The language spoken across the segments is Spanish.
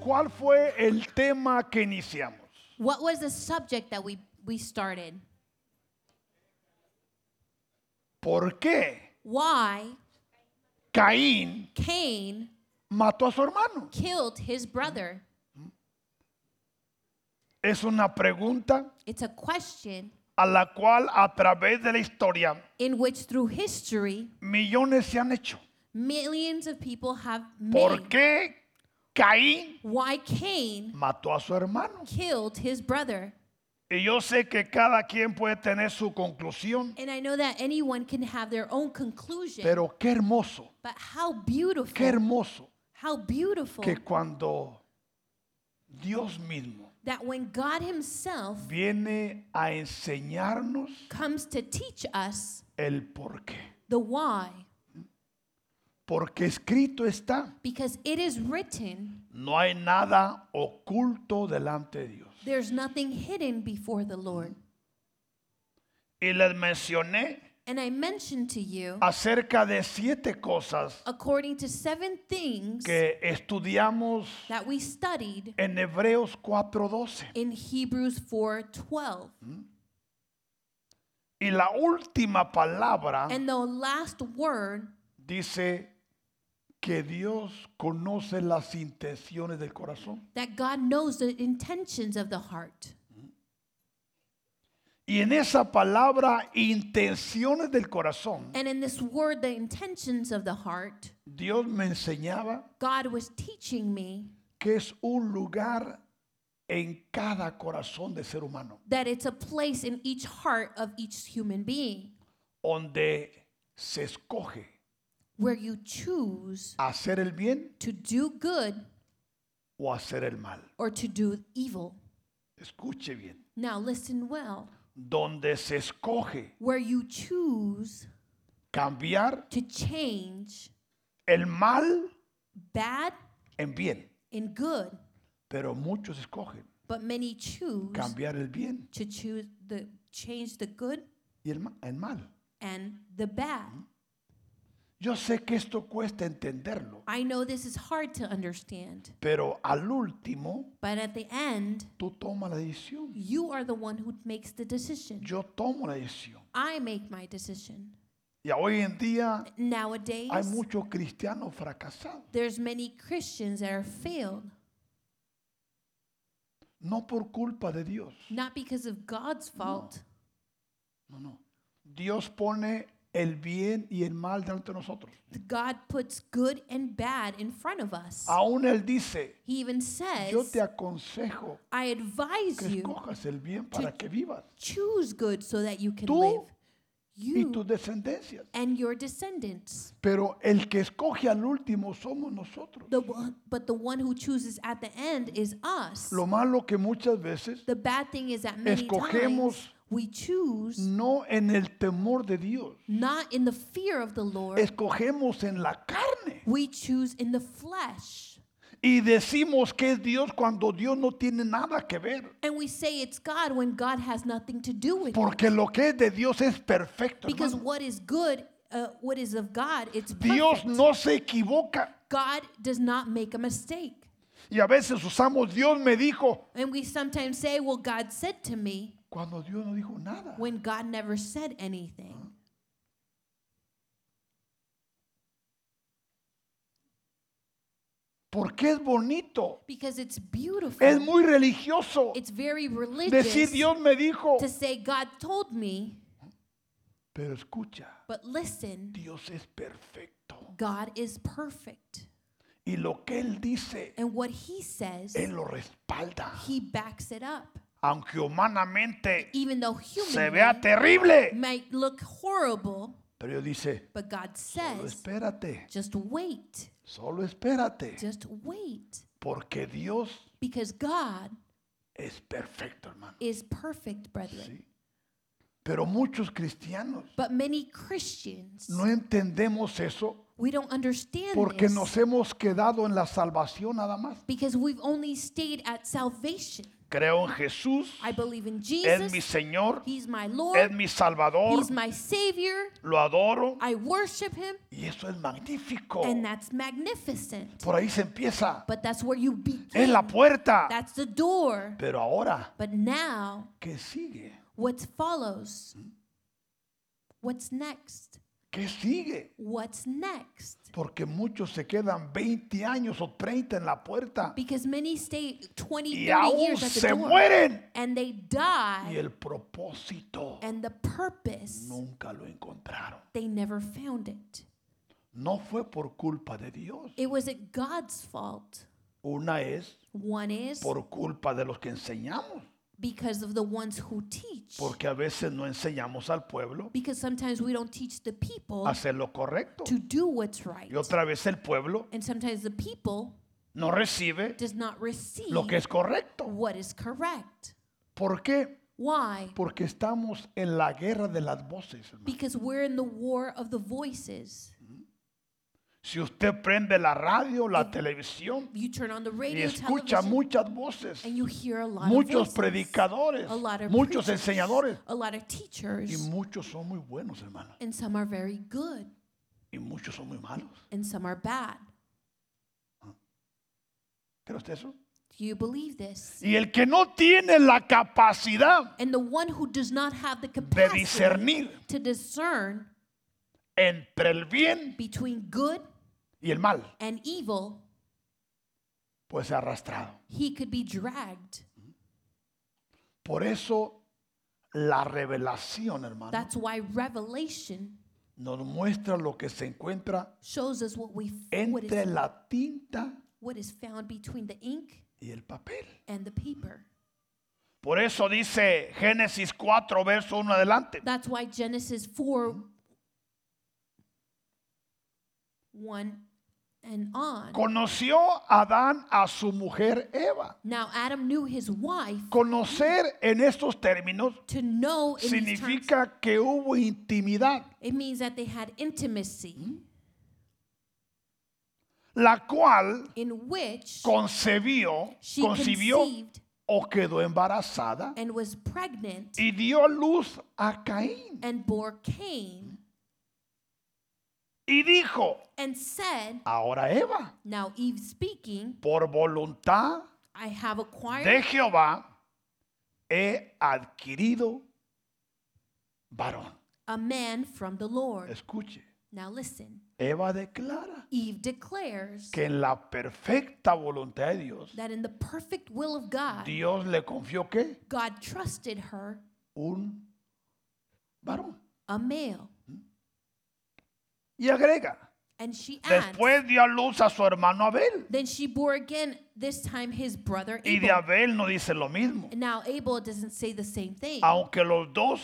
¿Cuál fue el tema que iniciamos? What was the subject that we, we started? ¿Por qué Why Caín Cain mató a su hermano? killed his brother? Es una pregunta It's a question a la cual a través de la historia in which, through history, millones se han hecho. millions of people have made. ¿Por qué Caín Why Cain mató a su hermano? killed his brother? Y yo sé que cada quien puede tener su conclusión, And I know that anyone can have their own conclusion. pero qué hermoso, but how qué beautiful, hermoso how beautiful que cuando Dios mismo that when God Himself viene a enseñarnos comes to teach us el por qué. the why, Porque escrito está, because it is written, no hay nada oculto delante de Dios. there's nothing hidden before the Lord. Y les mencioné And I mentioned to Ah. you, acerca de siete cosas according to seven things que estudiamos that we studied en Hebreos 4:12. in Hebrews 4:12. Y la última palabra And the last word dice que Dios conoce las intenciones del corazón. that God knows the intentions of the heart. Y en esa palabra intenciones del corazón, And in this word, the intentions of the heart, Dios me enseñaba God was teaching me que es un lugar en cada corazón de ser humano, that it's a place in each heart of each human being donde se escoge where you choose hacer el bien to do good o hacer el mal. or to do evil. Escuche bien, Now, listen well. donde se escoge Where you choose cambiar to change el mal bad en bien, and good, pero muchos escogen but many choose cambiar el bien to choose the change the good y el, ma- el mal. and the bad. Yo sé que esto cuesta entenderlo, I know this is hard to understand, pero al último but at the end, tú tomas la decisión. you are the one who makes the decision. Yo tomo la decisión. I make my decision. Y hoy en día Nowadays, hay muchos cristianos fracasados, there's many Christians that are failed no por culpa de Dios. not because of God's fault. No, no. Dios pone el bien y el mal delante de nosotros. God puts good and bad in front of us. Aún él dice, He even Yo says, te aconsejo "I advise que you escojas el bien para que vivas. choose good so that you can Tú live Y you tus descendencias. and your descendants." Pero el que escoge al último somos nosotros. The one, but the one who chooses at the end is us. Lo malo que muchas veces, The bad thing is that many Escogemos- times we choose no en el temor de Dios, not in the fear of the Lord. escogemos en la carne. we choose in the flesh. Y decimos que es Dios cuando Dios no tiene nada que ver. And we say it's God when God has nothing to do with it. Porque lo que es de Dios es perfecto. Because hermano. what is good, uh, what is of God, it's perfect. Dios no se equivoca. God does not make a mistake. Y a veces usamos Dios me dijo And we sometimes say, well, God said to me, cuando Dios no dijo nada. when God never said anything. Porque es bonito. Because it's beautiful. Es muy religioso. it's very Decir religious Dios me dijo. to say, God told me, Pero escucha, but listen, Dios es perfecto. God is perfect. Y lo que Él dice, And what he says, Él lo respalda. he backs it up. Aunque humanamente Even though se humanly vea terrible. might look horrible, Pero Dios dice, but God solo says, espérate, just wait, solo espérate. just wait, Porque Dios because God es perfecto, hermano. is perfect, brethren. Sí. Pero muchos cristianos But many Christians, no entendemos eso we don't understand porque nos this hemos quedado en la salvación nada más. because we've only stayed at salvation. Creo en Jesús, I believe in es mi Jesus. Señor, He's my es Lord. mi Salvador, He's my Savior. lo adoro I worship Him. y eso es magnífico. And that's magnificent. Por ahí se empieza. But that's where you Es begin. la puerta. That's the door. Pero ahora, But now, ¿qué sigue? what follows? What's next? ¿Qué sigue? What's next? Porque muchos se quedan 20 años o 30 en la puerta Because many stay 20, y 30 aún years at the se door. mueren. And they Y die. el propósito And the purpose, nunca lo encontraron. they never found it. No fue por culpa de Dios. It was at God's fault. Una es One is por culpa de los que enseñamos. because of the ones who teach. Porque a veces no enseñamos al pueblo Because sometimes we don't teach the people a hacer lo correcto. to do what's right. Y otra vez el pueblo And sometimes the people no recibe does not receive lo que es correcto. what is correct. ¿Por qué? Why? Porque estamos en la guerra de las voces. hermano. Because we're in the war of the voices. Si usted prende la radio, la televisión You turn on the y radio, escucha television, muchas voces, and you hear a lot muchos of voices, predicadores, a lot of muchos preachers, enseñadores a lot of y teachers, muchos son muy buenos, hermano, and some are very good, y muchos son muy malos. and some are bad. ¿Cree usted eso? Do you believe this? Y el que no tiene la capacidad And the one who does not have the de capacity discernir to discern entre el bien between good y el mal, and evil, pues se ha arrastrado. he could be dragged. Por eso la revelación, hermano, That's why Revelation nos muestra lo que se encuentra shows us what we what entre is, la tinta what is found between the ink y el papel. and the paper. Por eso dice Génesis 4, verso 1 adelante. That's why Genesis 4 1 and on. Conoció Adán a su mujer Eva. Now Adam knew his wife Conocer en estos términos to know in these terms, significa que hubo intimidad, it means that they had intimacy la cual in which concebió, she concibió conceived o quedó embarazada and was pregnant y dio luz a Caín. and bore Cain Y dijo, and said, ahora Eva, Now Eve speaking, por voluntad I have acquired de Jehová he adquirido varón. a man from the Lord. Escuche, Now listen, Eva declara Eve declares que en la perfecta voluntad de Dios, that in the perfect will of God, Dios le confió que God trusted her un varón. a male. Y agrega, And she adds, después dio a luz a su hermano Abel. Then she bore again, this time his brother Y de Abel. Abel no dice lo mismo, And now Abel doesn't say the same thing, aunque los dos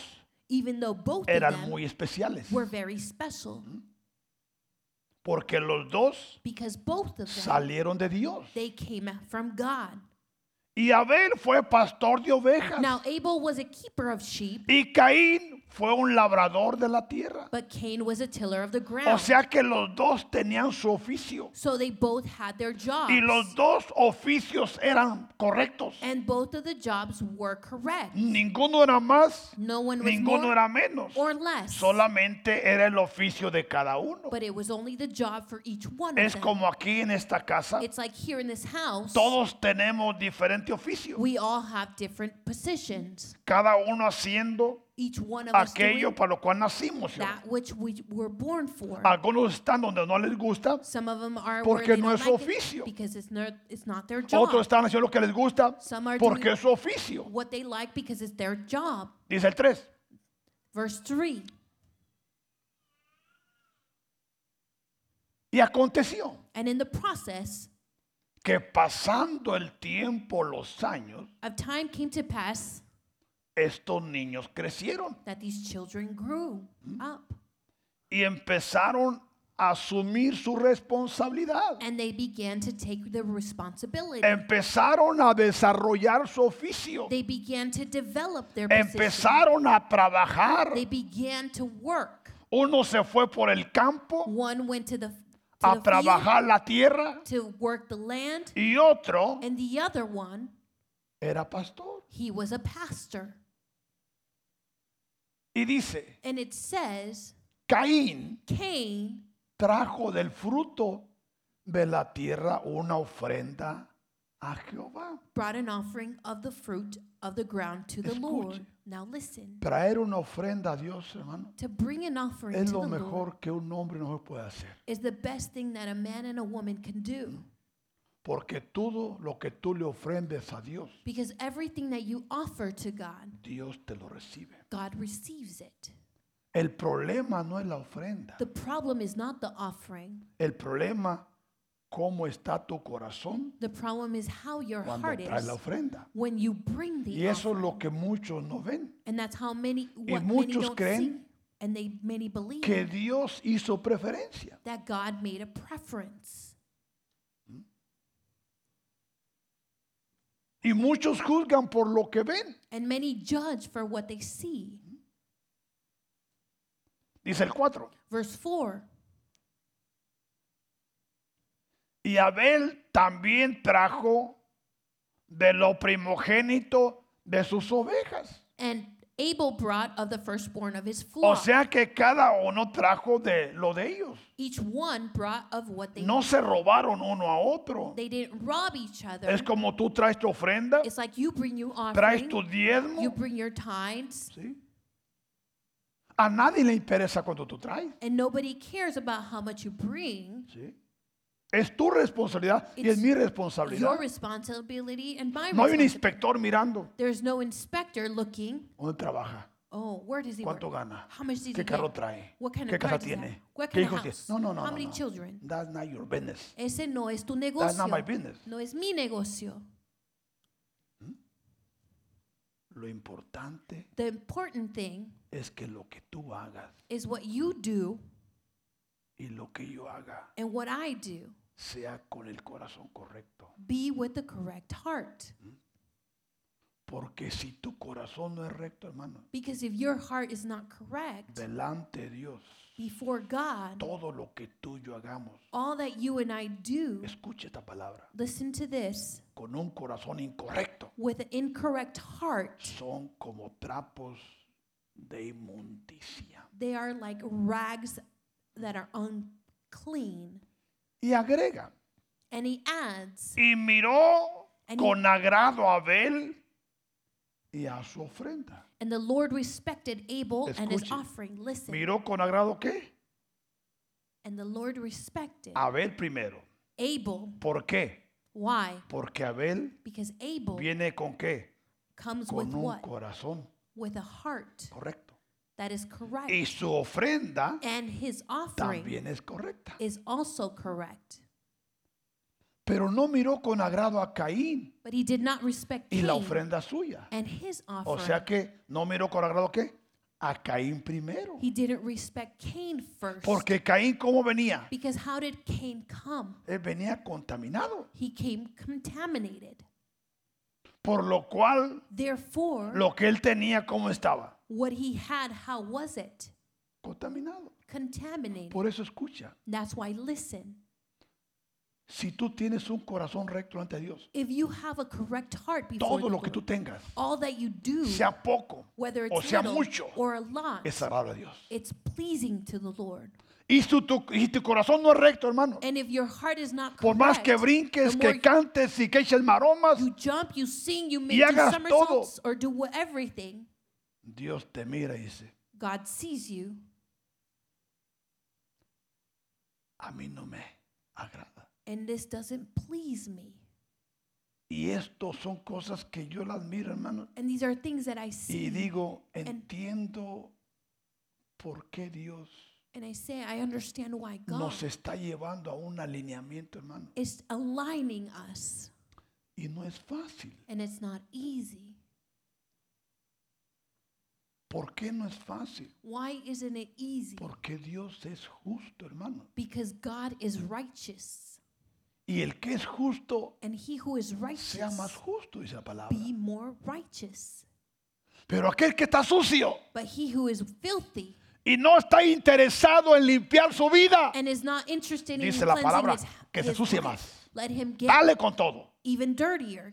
even though both of eran them muy especiales, were very special, porque los dos because both of them, salieron de Dios. they came from God. Y Abel fue pastor de ovejas Now Abel was a keeper of sheep, y Caín fue un labrador de la tierra. but Cain was a tiller of the O ground. sea que los dos tenían su oficio So they both had their jobs. y los dos oficios eran correctos. And both of the jobs were correct. Ninguno era más, No one was Mm. ninguno more era menos. or less. Solamente era el oficio de cada uno. But it was only the job for each one of Es them. como aquí en esta casa, It's like here in this house, todos tenemos diferente oficio. we all have different positions. Cada uno haciendo Each one of us aquello doing para lo cual nacimos. ¿sí o no? that which we were born for. Algunos están donde no les gusta, Some of them are Ah, Porque where they no don't es su like it oficio. because it's not, it's not their job. otros están haciendo lo que les gusta Some are porque doing- es su oficio. What they like because it's their job. Dice el 3. Verse 3. Y aconteció And in the process que pasando el tiempo, los años, of time came to pass estos niños crecieron that these children grew Hmm? up. y empezaron a asumir su responsabilidad. and they began to take the responsibility. Empezaron a desarrollar su oficio. They began to develop their position. Empezaron a trabajar. They began to work. Uno se fue por el campo One went to the, to a the field trabajar la tierra to work the land, y otro and the other one era pastor. He was a pastor. Y dice, And it says Caín Cain trajo del fruto de la tierra una ofrenda a Jehová. brought an offering of the fruit of the ground to the Lord. Escuche. Now listen. Traer una ofrenda a Dios, hermano, To bring an offering es to lo the Lord mejor que un hombre no puede hacer. is the best thing that a man and a woman can do. Porque todo lo que tú le ofrendes a Dios, Because everything that you offer to God, Dios te lo recibe. God receives it. El problema no es la ofrenda. The problem is not the offering. El problema, cómo está tu corazón The problem is how your cuando heart traes is la ofrenda. when you bring the Y eso es offering. lo que muchos no ven. and that's how many what many muchos don't creen see. And they many believe Que Dios hizo preferencia. that God made a preference. Y muchos juzgan por lo que ven. And many judge for what they see. Dice el 4. Verse 4 Y Abel también trajo de lo primogénito de sus ovejas. And Abel brought of the firstborn of his O flock. sea que cada uno trajo de lo de ellos. Each one brought of what they No se robaron uno a otro. They didn't rob each other. Es como tú traes tu ofrenda, it's like you bring your traes offering, tu you diezmo. bring your tithes, ¿sí? A nadie le interesa cuando tú traes. and nobody cares about how much you bring. ¿sí? Es tu responsabilidad y es It's mi Your responsabilidad. responsibility and my No hay un responsibility. inspector mirando There's no inspector looking. dónde trabaja, Oh, where does he work? cuánto gana, How much does he qué carro get? trae, What kind qué of car casa does he have? tiene, What qué kind of hijos tiene. house? No, no, no. how no, many no. children? That's not your business. Ese no es tu negocio. That's not my business. No es mi negocio. Lo importante The important thing es que lo que tú hagas is what you do y lo que yo haga and what I do. sea con el corazón correcto. Be with the correct heart. Porque si tu corazón no es recto, hermano, Because if your heart is not correct delante de Dios, before God, todo lo que tú y yo hagamos, all that you and I do, escucha esta palabra, listen to this, con un corazón incorrecto, with an incorrect heart, son como trapos de inmundicia. they are like rags that are unclean. Y agrega, And he adds, y miró And he- con agrado a Abel y a su ofrenda. and the Lord respected Abel and his Escuche. offering. Listen. ¿Miró con agrado qué? And the Lord respected Abel primero. Abel. ¿Por qué? Why? Porque Abel Because Abel viene con qué? comes with Con un what? corazón With a heart correcto. that is correct. Y su ofrenda And his offering también es correcta. is also correct. Pero no miró con agrado a Caín But he did not respect y la Cain ofrenda suya. and his O offering. sea que no miró con agrado qué? A Caín primero. he didn't respect Cain first. Porque Caín cómo venía? Because how did Cain come? Él venía contaminado. He came contaminated. Por lo cual Therefore, lo que él tenía, ¿cómo estaba? what he had, how was it? Contaminado. Contaminated. Por eso escucha, That's why listen. si tú tienes un corazón recto ante Dios, If you have a correct heart before todo the lo que Lord, Mm. tú tengas, all that you do, sea poco whether o it's sea little mucho, or a lot, es agradable a Dios. it's pleasing to the Lord. Y si tu, y tu corazón no es recto, hermano, And if your heart is not por correct, más que the brinques, more que cantes y que eches maromas, You jump, you sing, you make hagas do todo. somersaults or do wha- everything. Dios te mira y dice, God sees you. a mí no me agrada. And this doesn't please me. Y esto son cosas que yo las miro, hermano, And these are things that I see. y digo, entiendo por qué Dios and I say, I understand why God nos está llevando a un alineamiento, hermano. is aligning us. Y no es fácil. And it's not easy. ¿Por qué no es fácil? Why isn't it easy? Porque Dios es justo, hermano. Because God is righteous. Y el que es justo And he who is righteous sea más justo, dice la palabra. be more righteous. Pero aquel que está sucio But he who is filthy y no está interesado en limpiar su vida, and is not interested in Dice la cleansing palabra his, que se his ensucie life, más. let him get dale con todo. even dirtier.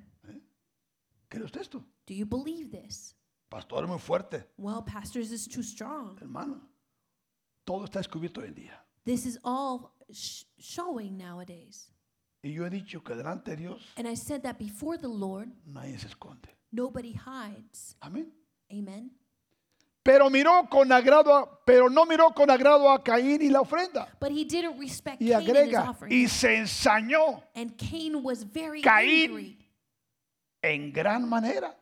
¿Cree usted esto? Do you believe this? Pastor, muy fuerte, Well, pastors, this is too strong. hermano. Todo está descubierto hoy en día. This is all sh- showing nowadays. Y yo he dicho que delante de Dios And I said that before the Lord, nadie se esconde. nobody hides. Amén. Amen. Pero miró con agrado, a- pero no miró con agrado a Caín y la ofrenda. But he didn't respect Y Cain and his agrega, offering. y se ensañó and Cain was very Caín. angry. en gran manera.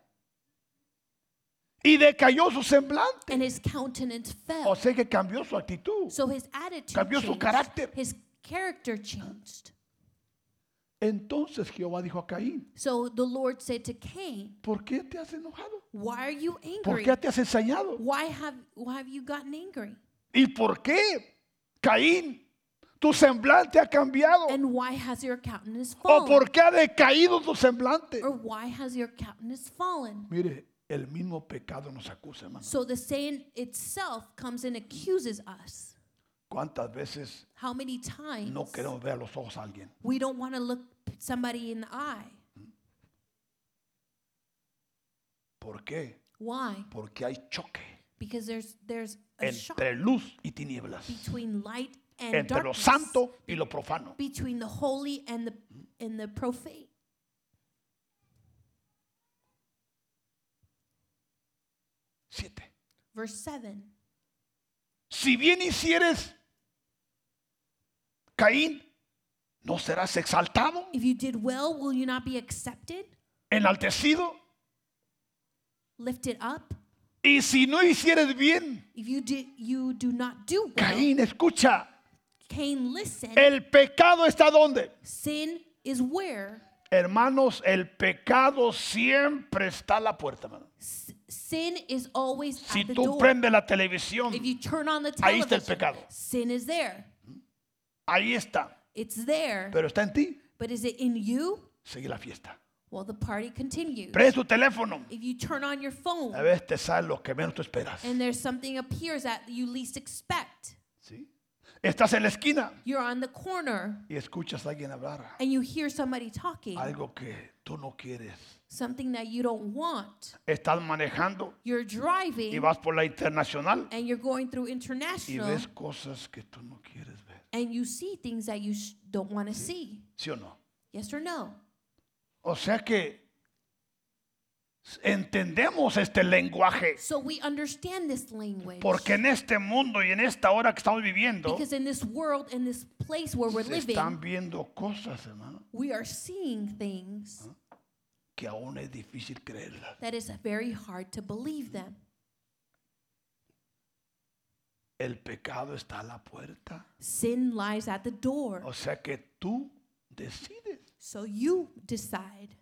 Y decayó su semblante. And his countenance fell. O sea que cambió su actitud. so his attitude Oh, cambió su changed. carácter. His character changed. Entonces Jehová dijo a Caín, So the Lord said to Cain, ¿por qué te has enojado? Why are you ¿Por angry? qué te has ensañado? Why have why have you gotten angry? ¿Y por qué, Caín, tu semblante ha cambiado? And why has your countenance ¿O fallen? Oh. por qué ha decaído tu semblante? Or why has your countenance fallen? Mire, el mismo pecado nos acusa, hermano. So the saying itself comes and accuses us. ¿Cuántas veces How many times no queremos ver a los ojos a alguien? we don't want to look somebody in the eye? ¿Por qué? Why? Porque hay choque Because there's there's a shock entre luz y tinieblas, between light and entre lo darkness, santo y lo profano. between the holy and the and the profane. Siete. Verse seven. Si bien hicieres, Caín, ¿no serás exaltado, If you did well, will you not be accepted, enaltecido? lifted up? Y si no hicieres bien, If you did, you do not do well. Caín, Eh. escucha, Cain, listen. el pecado está donde? Sin is where Hermanos, el pecado siempre está a la puerta, hermano. S- sin is always Si at the tú door. prendes la televisión, If you turn on the Ahí está el television, pecado. sin is there. ahí está. It's there. Pero está en ti. But is it in you? Sigue la fiesta. Well, the party continues. Prendes tu teléfono. If you turn on your A phone veces te sale lo que menos tú esperas. and there's something appears that you least expect, ¿sí? Estás en la esquina you're on the corner y escuchas a alguien hablar. and you hear somebody talking, Algo que tú no quieres. something that you don't want. Estás manejando You're y driving vas por la internacional and you're going through y international ves cosas que tú no quieres ver. and you see things that you sh- don't want to see. ¿Sí o no? Yes or no? O sea que entendemos este lenguaje. So we understand this language. Porque en este mundo y en esta hora que estamos viviendo, Because in this world, in this place where we're se están living, viendo cosas, hermano, we are seeing things que aún es difícil creerlas. that is very hard to believe them. El pecado está a la puerta. Sin lies at the door. O sea que tú decides. So you decide.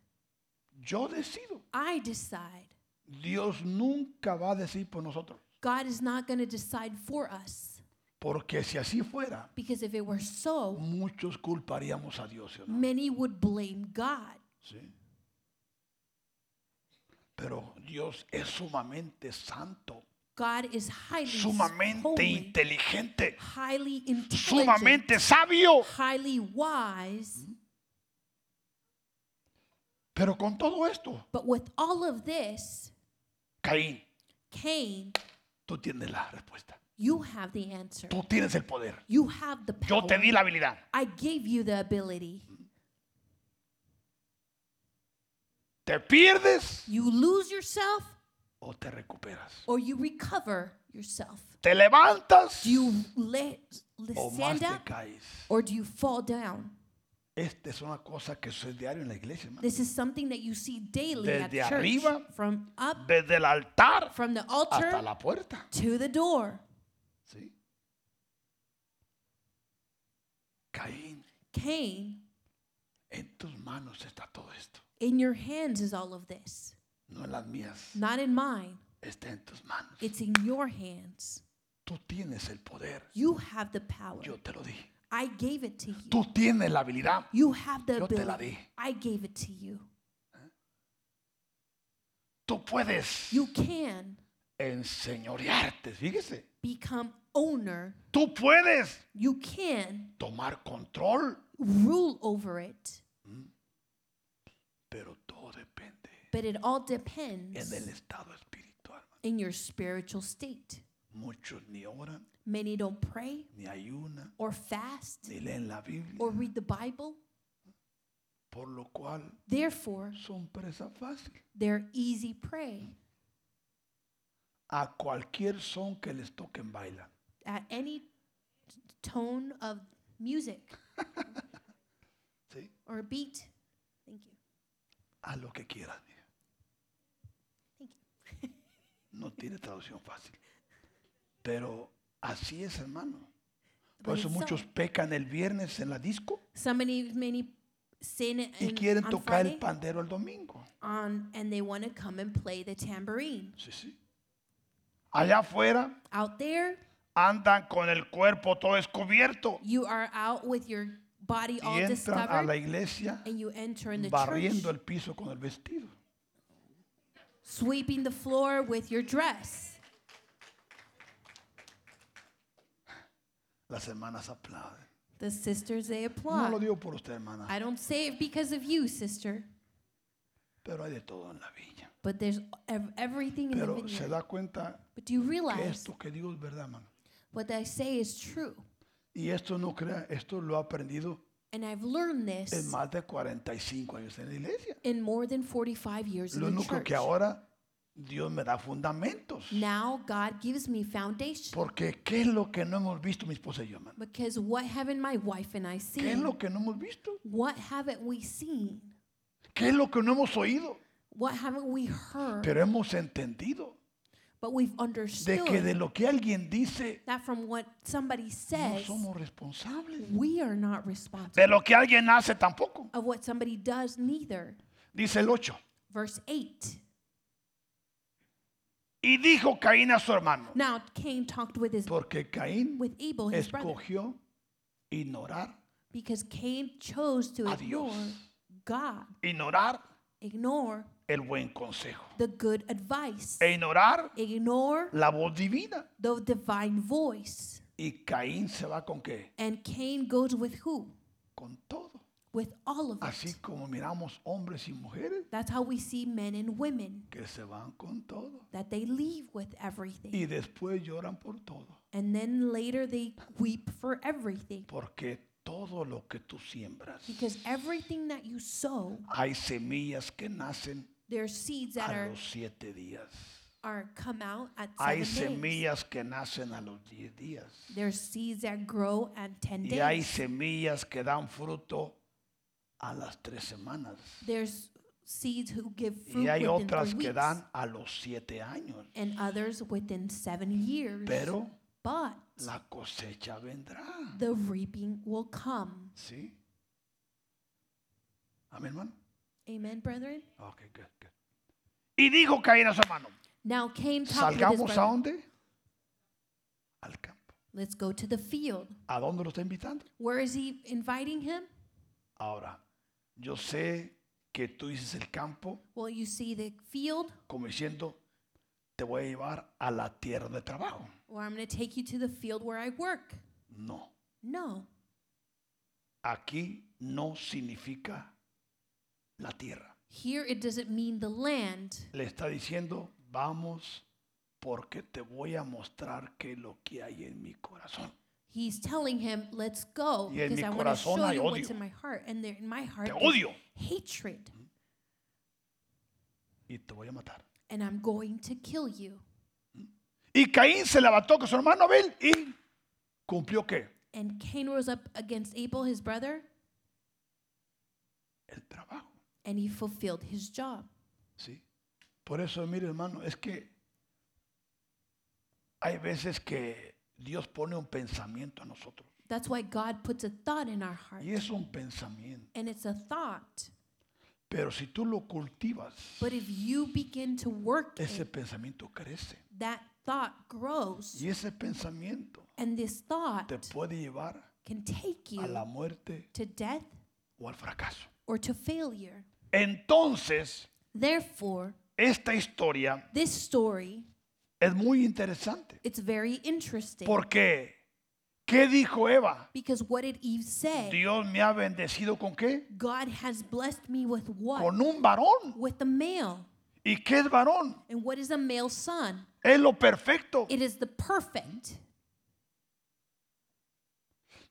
Yo decido. I decide. Dios nunca va a decir por nosotros. God is not going to decide for us. Porque si así fuera, Because if it were so, muchos culparíamos a Dios. ¿sí o no? many would blame God. Sí. Pero Dios es sumamente santo, God is highly sumamente holy, inteligente, highly intelligent, sumamente sabio. highly wise. Pero con todo esto, But with all of this, Caín, Cain, tú tienes la respuesta. you have the answer. Tú tienes el poder. You have the power. Yo te di la habilidad. I gave you the ability. ¿Te pierdes You lose yourself o te recuperas? or you recover yourself. ¿Te levantas Do you lay, lay- o más stand te up caes? or do you fall down? Esta es una cosa que sucede diario en la iglesia, hermano. This is something that you see daily at Desde church. arriba, from up, Desde el altar from the altar hasta la puerta. to the door. ¿sí? Caín, Cain, en tus manos está todo esto. in your hands is all of this. No en las mías. Not in mine. Está en tus manos. It's in your hands. Tú tienes el poder. You have the power. Yo te lo di. I gave it to you. Tú tienes la habilidad. You have the Yo te la ability. di. I gave it to you. Tú puedes You can enseñorearte. Fíjese. become owner. Tú puedes You can tomar control. rule over it. Pero todo depende But but it all en el depends estado espiritual. in your spiritual state. Muchos ni oran, Many don't pray ni ayunan, or fast ni leen la Biblia, or read the Bible. por lo cual Therefore, son presa fácil. they're easy prey. A cualquier son que les toquen bailan. at any tone of music ¿sí? or beat. Thank you. Haz lo que quieras. mija. Thank you. No tiene traducción fácil. Pero así es, hermano. But Por eso it's so. muchos pecan el viernes en la disco So many, many sin y and- quieren on tocar el Friday pandero el domingo. on, and they want to come and play the tambourine. Sí, sí. Allá afuera Out there, andan con el cuerpo todo descubierto you are out with your body all y entran a la discovered, iglesia and you enter in the barriendo church, el piso con el vestido. sweeping the floor with your dress. Las hermanas aplauden. The sisters, they No applaud. lo digo por usted, hermana, I don't say it because of you, sister, pero hay de todo en la villa. but there's ev- everything in the Pero se vineyard. da cuenta But do you que realize esto que digo es verdad, hermano. What I say is true. Y esto no crea, esto lo ha aprendido And I've learned en this más de 45 años en la iglesia. in more than 45 years Lo in the único church. Mm. que ahora Dios me da fundamentos. Now God gives me foundation. Porque ¿qué es lo que no hemos visto, mi esposa y yo, hermano? Because what haven't my wife and ¿Qué I es seen? lo que no hemos visto? What haven't we seen? ¿Qué es lo que no hemos oído? What haven't we heard? Pero hemos entendido But de we've que de understood lo que alguien dice that from what somebody no says, somos responsables. we are not De responsible lo que alguien hace tampoco. of what somebody does, neither. Dice el 8. Verse 8. Y dijo Caín a su hermano. Now Cain talked with his Porque Caín with Abel, his brother, escogió ignorar, because Cain chose to a ignore Dios. God, ignorar ignore el buen consejo the good advice. e ignorar Ignore la voz divina. the divine voice. Y Caín se va con qué? And Cain goes with who? Con todo. With all of Así it. como miramos hombres y mujeres That's how we see men and women, que se van con todo that they leave with everything. y después lloran por todo, And then later they weep for everything. porque todo lo que tú siembras, Because everything that you sow, hay semillas que nacen there are seeds that a are, los siete días, are come out at hay seven days. semillas que nacen a los diez días There are seeds that grow at ten y hay days. semillas que dan fruto a las tres semanas There's seeds who give fruit y hay within otras three que weeks. dan a los siete años, And others within seven years. pero But la cosecha vendrá, the reaping will come. ¿sí? Amén, hermano. Amen, brethren. Okay, good, good. Y dijo Caín a su hermano, Now Cain talked with his salgamos a brother. dónde? Al campo. Let's go to the field. ¿A dónde lo está invitando? Where is he inviting him? Ahora, yo sé que tú dices el campo Well, you see the field, como diciendo, te voy a llevar a la tierra de trabajo. or I'm going to take you to the field where I work. No, No, aquí no significa la tierra. here it doesn't mean the land. Le está diciendo, vamos porque te voy a mostrar qué es lo que hay en mi corazón. He's telling him, let's go, Y en because mi I want to corazón show hay you what's odio. in my heart. And there, in my heart Te is odio hatred, y te voy a matar. and I'm going to kill you. Y Caín se levantó con su hermano Abel y cumplió qué? And Cain rose up against Abel, his brother, El trabajo. and he fulfilled his job. ¿sí? Por eso, mire hermano, es que hay veces que Dios pone un pensamiento a nosotros. That's why God puts a thought in our heart. Y es un pensamiento. And it's a thought. Pero si tú lo cultivas, But if you begin to work ese it, pensamiento crece. that thought grows. Y ese pensamiento And this thought te puede llevar can take a la you muerte to death o al fracaso. or to failure. Entonces, Therefore, esta historia this story, es muy interesante. it's very interesting Porque ¿Qué dijo Eva? Because what did Eve say? Dios me ha bendecido con qué? God has blessed me with what? Con un varón. With a male. ¿Y qué es varón? And what is a male son? Es lo perfecto. It is the perfect.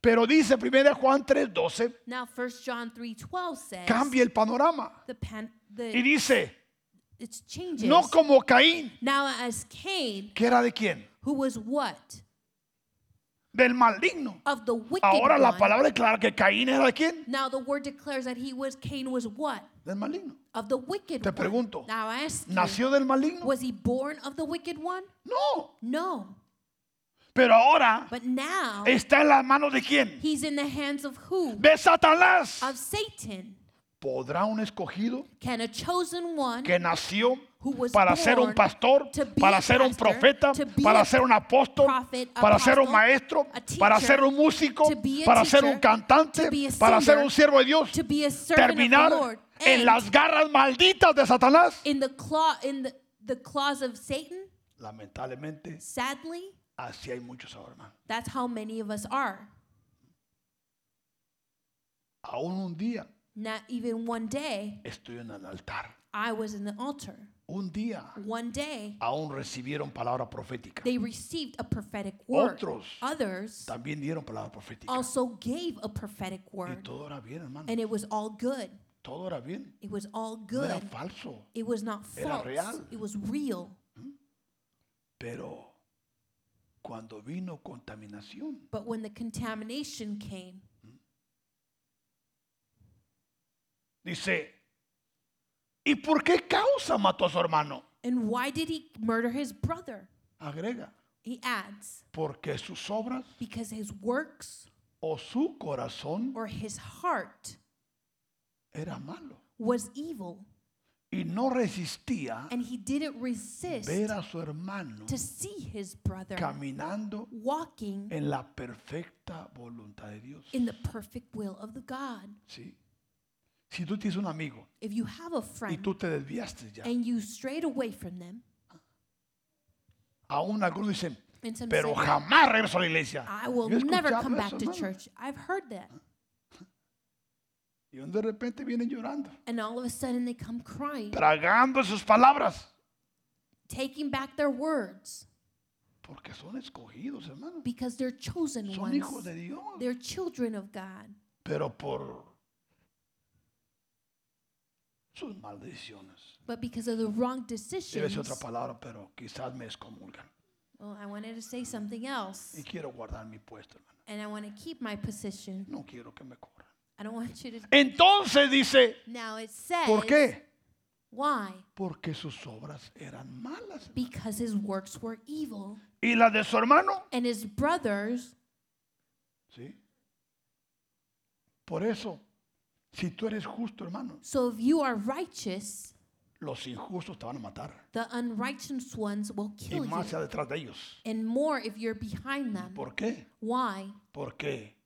Pero dice 1 Juan 3:12, Now 1 John 3:12 says cambia el panorama. the pan, Y the dice, it's changes. no como Caín, now as Cain, que era de quién? who was what? Del maligno. Of the wicked Ahora la one. palabra declara que Caín era de quién? Now the word declares that he was Cain was what? Del maligno. Of the wicked Te one. pregunto, now I ask you, ¿nació del maligno? was he born of the wicked one? No. No. Pero ahora But now está en las manos de quién? he's in the hands of who? De Satanás. Of Satan. ¿Podrá un escogido Can a chosen one que nació who was para ser un born pastor, to be para a ser un pastor, profeta, to be para a ser un apóstol, prophet, para ser un apostle, maestro, a teacher, para ser un músico, to be a para ser teacher, un cantante, to be a para ser singer, un siervo de Dios, to be a servant terminar of the Lord and Eh. en las garras malditas de Satanás? in the claw in the, the claws of Satan? Lamentablemente, Sadly, así hay muchos ahora, hermano. that's how many of us are. Aún un día Not even one day estoy en el altar. I was in the altar. Un día One day aún recibieron palabra profética. they received a prophetic word. Otros. Others También dieron palabra profética. also gave a prophetic Y word. todo era bien, hermano. And it was all good. Todo era bien. It was all No era good. falso. It was not Era false. real. It was real. Pero cuando vino contaminación, But when the contamination came, dice, ¿y por qué causa mató a su hermano? and why did he murder his brother? Agrega, He adds, porque sus obras because his works o su corazón or his heart era malo was evil, y no resistía and he didn't resist ver a su hermano to see his brother caminando walking en la perfecta voluntad de Dios. in the perfect will of the God. ¿Sí? Si tú tienes un amigo If you have a y friend tú te desviaste ya, and you strayed away from them, aún algunos dicen, and some pero say, jamás regreso a la iglesia. I will Yo he never escuchado come eso, back to hermano. church. I've heard that. Y de repente vienen llorando, And all of a sudden they come crying, tragando sus palabras, taking back their words porque son escogidos, hermano. because they're chosen Son ones. hijos de Dios, They're children of God, pero por sus maldiciones. but because of the wrong Debe decir decisions. otra palabra, pero quizás me excomulgan. Well, I wanted to say something Y else, quiero guardar mi puesto, hermano. and I want to keep my position. No quiero que me corran. I don't want you to. Entonces dice, Now it says. ¿por qué? Why? Porque sus obras eran malas. Because his works were evil, ¿Y las de su hermano? and his brothers. ¿Sí? Por eso, si tú eres justo, hermano, So if you are righteous, los injustos te van a matar. the unrighteous ones will Y kill you, más sea detrás de ellos. and more if you're behind them. ¿Por qué? Why? Porque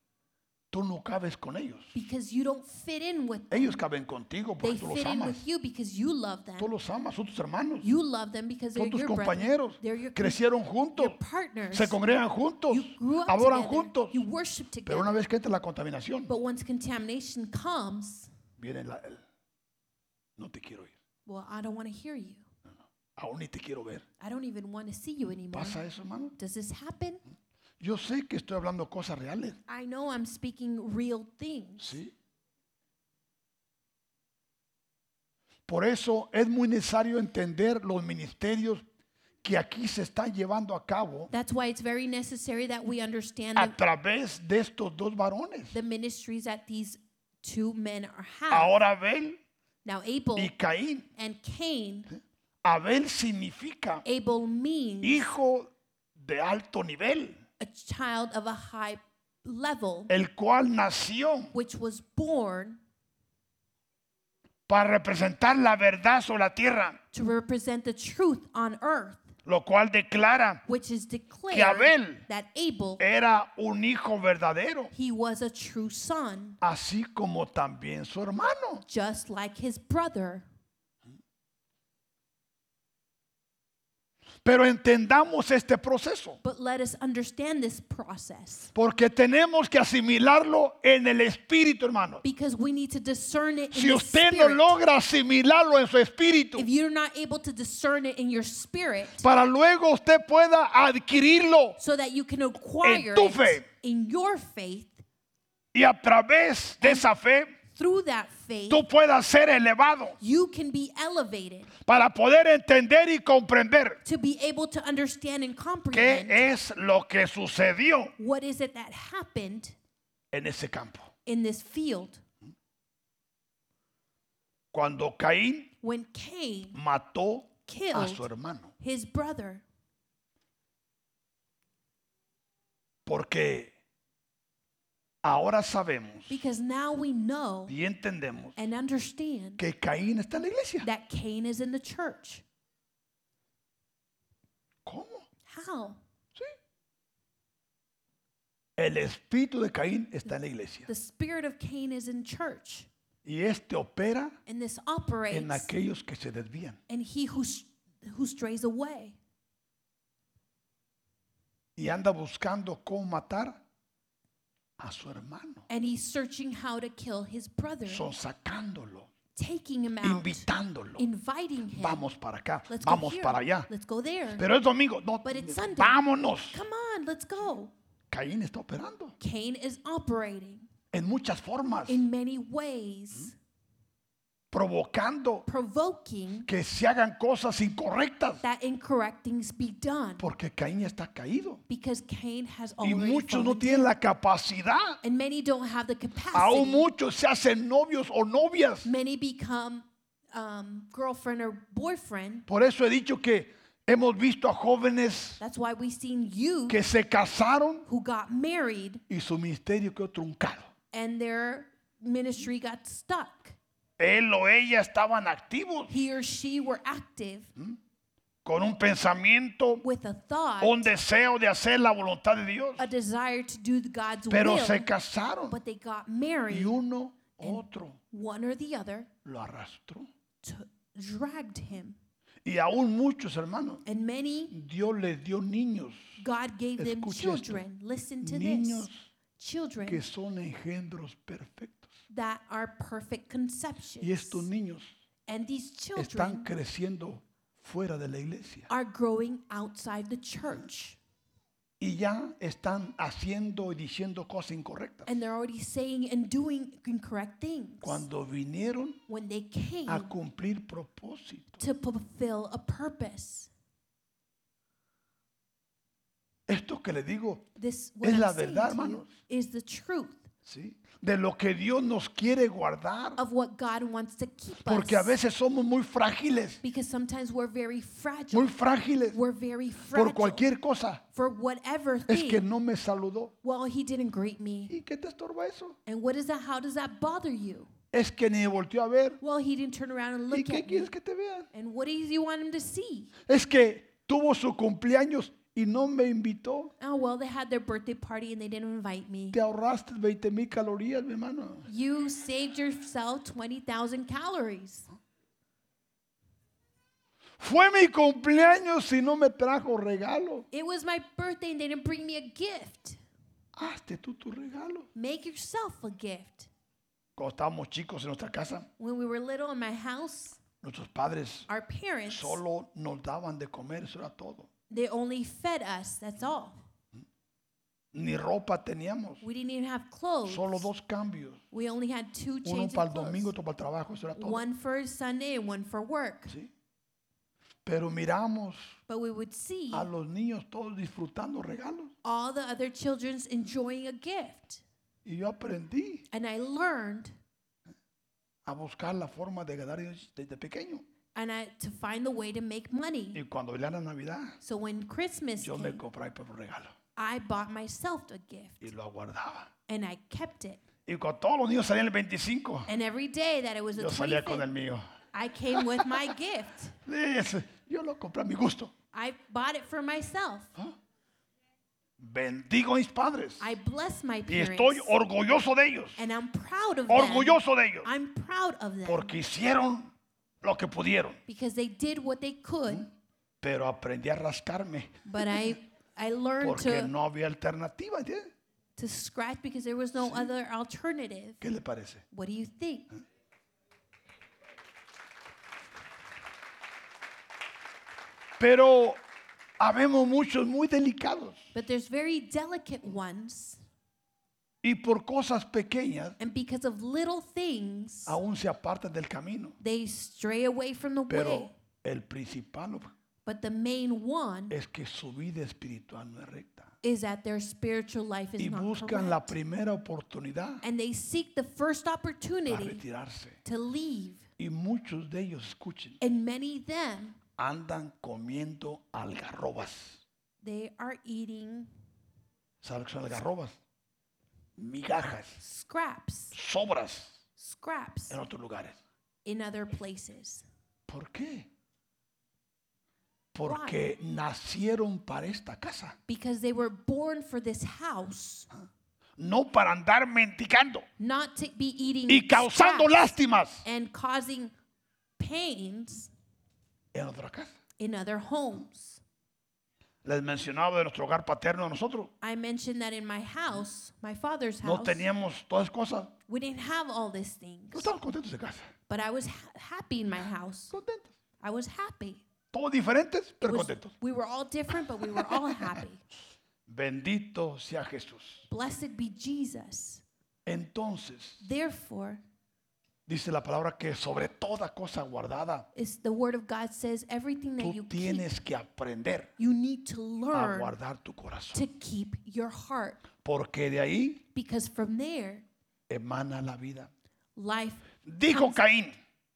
tú no cabes con ellos. Because you don't fit in with them. Ellos caben contigo They porque tú los fit in amas. with you because you love Tú them. los amas, son tus hermanos. You love them because they're Son tus your brothers. compañeros. They're your, Crecieron your juntos. partners. Se congregan juntos. You grew up Adoran together. juntos. You worship Pero together. una vez que entra la contaminación, But once contamination comes, viene la- el, no te quiero ir. well, I don't want to hear you. Aún ni te quiero ver. I don't even want to see you anymore. ¿Pasa eso, hermano? Does this happen? Yo sé que estoy hablando cosas reales. I know I'm speaking real things. ¿Sí? Por eso es muy necesario entender los ministerios que aquí se están llevando a cabo That's why it's very necessary that we understand a the, través de estos dos varones. the ministries that these two men are have. Ahora Abel now, Abel y Caín. and Cain, Abel significa Abel means hijo de alto nivel, a child of a high level, el cual nació which was born para representar la verdad sobre la tierra, to represent the truth on earth, lo cual declara which is declared Abel Eh. that Abel, era un hijo verdadero, he was a true son, así como también su hermano. just like his brother. Pero entendamos este proceso, But let us understand this process porque tenemos que asimilarlo en el espíritu, hermano. because we need to discern it in Si the usted no spirit. logra asimilarlo en su espíritu, if you're not able to discern it in your spirit para luego usted pueda adquirirlo so that you can acquire tu it fe. in your faith y a través de esa fe through that faith tú puedas ser elevado you can be elevated para poder entender y comprender to be able to understand and qué comprehend es lo que sucedió what is it that happened en ese campo. in this field Cuando Caín when Cain mató a su killed hermano, his brother porque ahora sabemos because now we know y entendemos and understand que Caín está en la iglesia. that Cain is in the church. ¿Cómo? How? Sí. El espíritu de Caín está en la iglesia. The spirit of Cain is in church, Y este opera and this en operates aquellos que se desvían. and he who, s- who strays away Y anda buscando cómo matar a su hermano. and he's searching how to kill his brother Sonsacándolo, taking him out invitándolo. inviting him Vamos para acá, let's go vamos here para allá. let's go there Pero es domingo, no, But it's Sunday. vámonos. come on let's go Caín está operando Cain is operating en muchas formas, in many ways Mm-hmm. provocando provoking que se hagan cosas incorrectas. that incorrect things be done Porque Caín está caído. because Cain has Y already muchos no fallen. tienen la capacidad. and many don't have the capacity Aún muchos se hacen novios o novias. many become um, girlfriend or boyfriend Por eso he dicho que hemos visto a jóvenes that's why we seen you que se casaron who got married y su ministerio quedó truncado. and their ministry got stuck. Él o ella estaban activos He or she were active Hmm? con un pensamiento, with a thought, un deseo de hacer la voluntad de Dios, a desire to do the God's pero will, se casaron but they got y married. uno otro One or the other lo arrastró. t- dragged him. Y aún muchos hermanos, And many, Dios les dio niños God gave them Escuche esto. children. Listen to Niños this. Children que son engendros perfectos. that are perfect conceptions. Y estos niños and these están children creciendo fuera de la iglesia are growing outside the church. y ya están haciendo y diciendo cosas incorrectas. And they're already saying and doing incorrect things. Cuando vinieron when they came a cumplir propósito. to fulfill a purpose. Esto que le digo, This what Es I'm la saying verdad, to you, hermanos. is the truth ¿sí? De lo que Dios nos quiere guardar, of what God wants to keep porque a us. veces somos muy frágiles, because sometimes we're very fragile. muy frágiles we're very por fragile cualquier cosa. for whatever Es thing. que no me saludó. well, he didn't greet me. ¿Y qué te estorba eso? And what is that? How does that bother you? Es que ni volteó a ver. Well, he didn't turn around and ¿Y look qué at me. quieres que te vean? And what do you want him to see? Es que tuvo su cumpleaños y no me invitó. Oh, well, they had their birthday party and they didn't invite me. Te ahorraste 20 mil calorías, mi hermano. You saved yourself 20,000 calories. Fue mi cumpleaños y no me trajo regalo. It was my birthday and they didn't bring me a gift. Hazte tú tu regalo. Make yourself a gift. Cuando estábamos chicos en nuestra casa, When we were little in my house, Nuestros padres our parents, solo nos daban de comer, eso era todo. they only fed us, that's all. Ni ropa teníamos, We didn't even have clothes. solo dos cambios. We only had two Uno changes para of el domingo, clothes. otro para el trabajo, eso era todo. One for Sunday and one for work. ¿sí? Pero miramos But we would see a los niños todos disfrutando regalos. all the other children's enjoying a gift. Y yo aprendí And I learned a buscar la forma de ganar dinero desde pequeño. and I to find the way to make money. Y cuando era la Navidad, So when Christmas yo me came, compraba por un regalo I bought myself a gift y lo aguardaba. and I kept it. Y cuando todos los niños salían el 25, And every day that it was the yo salía con 25th, el mío. I came with my gift. Ese, Yo lo compré a mi gusto. I bought it for myself. Bendigo a mis padres. I bless my Y parents. estoy orgulloso de ellos. and I'm proud of them. Orgulloso de ellos. I'm proud of them Porque hicieron lo que pudieron. because they did what they could pero aprendí a rascarme But I, I learned porque to, Mm-hmm. no había alternativa. ¿entiendes? to scratch because there was no other alternative. ¿Qué le parece? What do you think? Pero habemos muchos muy delicados But there's very delicate ones, y por cosas pequeñas and because of little things, aún se apartan del camino. they stray away from the way. Pero el principal ob- But the main one es que su vida espiritual no es recta. is that their spiritual life is Y not buscan la correct. primera oportunidad And they seek the first para opportunity retirarse. to leave. Y muchos de ellos, escuchen, And many of them, andan comiendo algarrobas. they are eating ¿Saben qué son algarrobas? Migajas, scraps, sobras scraps en otros lugares. in other places. ¿Por qué? Porque nacieron para esta casa, Because they were born for this house, no para andar mendigando not to be eating y causando scraps lástimas and causing pains en otra casa. in other homes. Les mencionaba de nuestro hogar paterno de nosotros. I mentioned that in my house, my father's No house, teníamos todas esas cosas. we didn't have all these things. No estábamos contentos de casa. But I was ha- happy in my house. Contentos. I was happy. Todos diferentes, pero Was- contentos. we were all different, but we were all happy. Bendito sea Jesús. Blessed be Jesus. Entonces, Therefore, dice la palabra que sobre toda cosa guardada, it's the word of God says everything that you tú keep, tienes que aprender you need to a learn guardar tu corazón. to keep your heart Porque de ahí because from there emana la vida. life Dijo Caín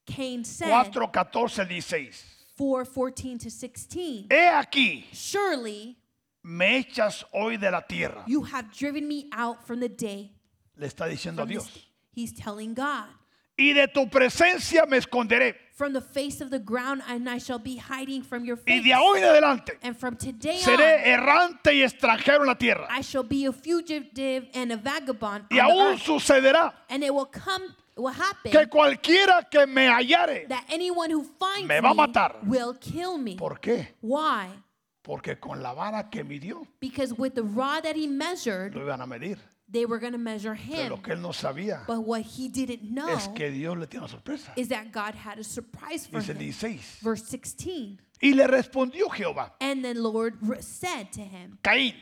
Cain said 4, 14, 16. 4 14 to 16 He aquí, surely me echas hoy de la tierra. you have driven me out from the day Le está diciendo a from this- Dios. he's telling God Y de tu presencia me esconderé. from the face of the ground and I shall be hiding from your Y face de hoy en adelante and from today on seré errante y extranjero en la tierra. I shall be a fugitive and a vagabond Y on the aún earth. sucederá and it will come it will happen que cualquiera que me hallare. that anyone who finds Me va a me matar. will kill me ¿Por qué? why Porque con la vara que midió because with the rod that he measured lo iban a medir. they were going to measure Pero him lo que él no sabía But what he didn't know es que Dios le tiene una sorpresa. is that God had a surprise for Dice el him. 16. Verse 16. Y le respondió Jehová, And then Lord re- said to him, Caín,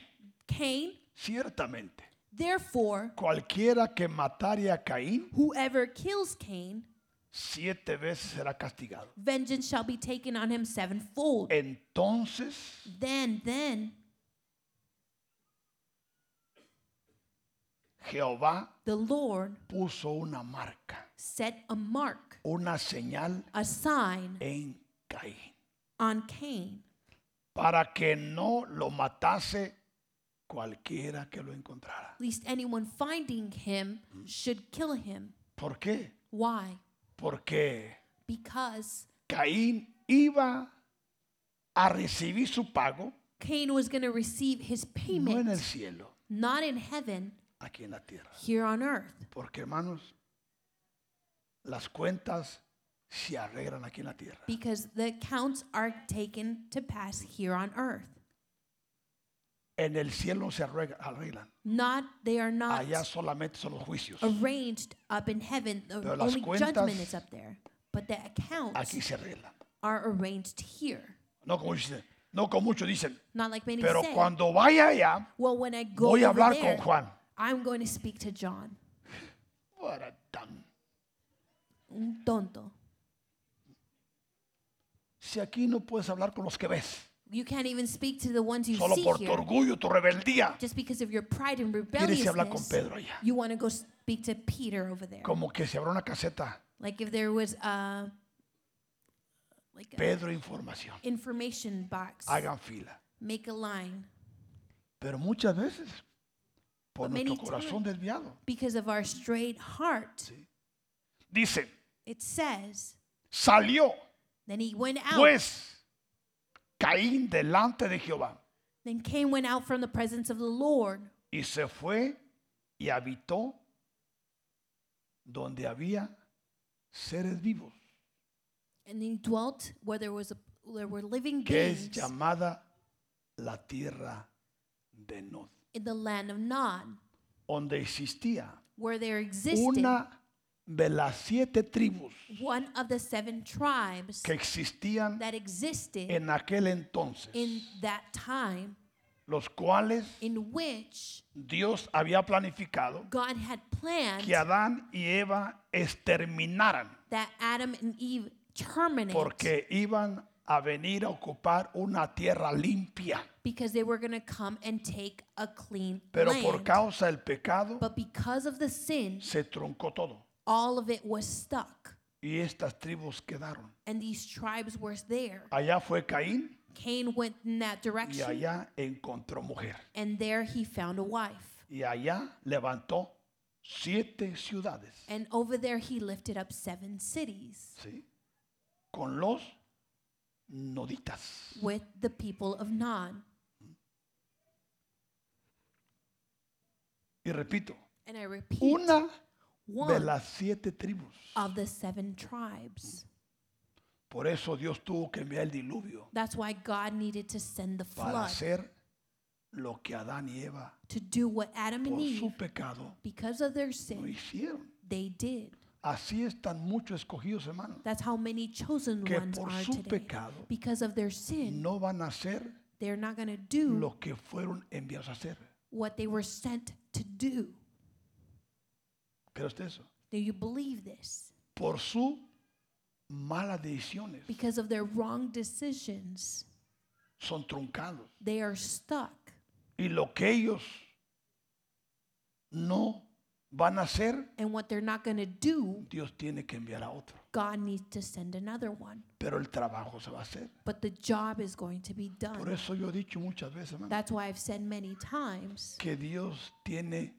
Cain, ciertamente, therefore, cualquiera que matare a Caín, whoever kills Cain, siete veces será castigado. vengeance shall be taken on him Eh. sevenfold. Entonces Then, then Jehová the Lord puso una marca, set a mark, una señal a sign en Caín, on Cain para que no lo matase cualquiera que lo encontrara. lest anyone finding him should kill him. ¿Por qué? Why? Porque Because Caín iba a recibir su pago, Cain was going to receive his no en el payment, cielo, not in heaven, aquí en la tierra. here on earth. Porque hermanos, las cuentas se arreglan aquí en la tierra. because the accounts are taken to pass here on earth. En el cielo no se arregla- arreglan. Not they are not Allá solamente son los juicios. arranged up in heaven. The Pero las only judgment cuentas- is up there, but the accounts Aquí se arreglan. are arranged here. No como, dicen- no como muchos dicen. Not like many Pero say. cuando vaya allá, well, when I go voy a over hablar there, con Juan. I'm going to speak to John. Baratán. Un tonto. Si aquí no puedes hablar con los que ves, You can't even speak to the ones you solo see por tu here, orgullo, tu rebeldía, just because of your pride and quieres ir a hablar con rebelliousness. Pedro allá. You want to go speak to Peter over there, Como que se abre una caseta. like if there was a like a Pedro, información. information box. Hagan fila. make a line Pero muchas veces, por But nuestro many corazón desviado, because of our straight heart. dice, It says, salió then he went out. pues Caín delante de Jehová then Cain went out from the presence of the Lord y se fue y habitó donde había seres vivos. and he dwelt where there was a there were living que es beings llamada la tierra de Nod, in the land of Nod, donde existía where there existed una de las siete tribus one of the seven tribes que existían that existed en aquel entonces, in that time, los cuales in which Dios había planificado God had planned que Adán y Eva exterminaran that Adam and Eve terminate porque iban a venir a ocupar una tierra limpia. because they were going to come and take a clean Pero land. por causa del pecado but because of the sin, se truncó todo all of it was stuck, y estas tribus quedaron. and these tribes were there. Allá fue Caín Cain went in that y direction, allá encontró mujer. and there he found a wife. Y allá levantó siete ciudades And over there, he lifted up seven cities ¿sí? con los noditas. with the people of Non. Y repito, And I repeat, una de one las siete tribus. of the seven tribes. Por eso Dios tuvo que enviar el diluvio That's why God needed to send the para flood hacer lo que Adán y Eva to do what Adam and por Eve, su pecado because of their no sin, hicieron. they did. Así están muchos escogidos, hermanos, That's how many chosen que ones por are su today. pecado Because of their sin, no van a hacer they're not going to do lo que fueron enviados a hacer. what they were sent to do. ¿Cree usted eso? Do you believe this? Por sus malas decisiones Because of their wrong decisions, son truncados. they are stuck. Y lo que ellos no van a hacer, And what they're not going to do, Dios tiene que enviar a otro. God needs to send another one. Pero el trabajo se va a hacer. But the job is going to be Por done. eso yo he dicho muchas veces, hermano, That's why I've said many times que Dios tiene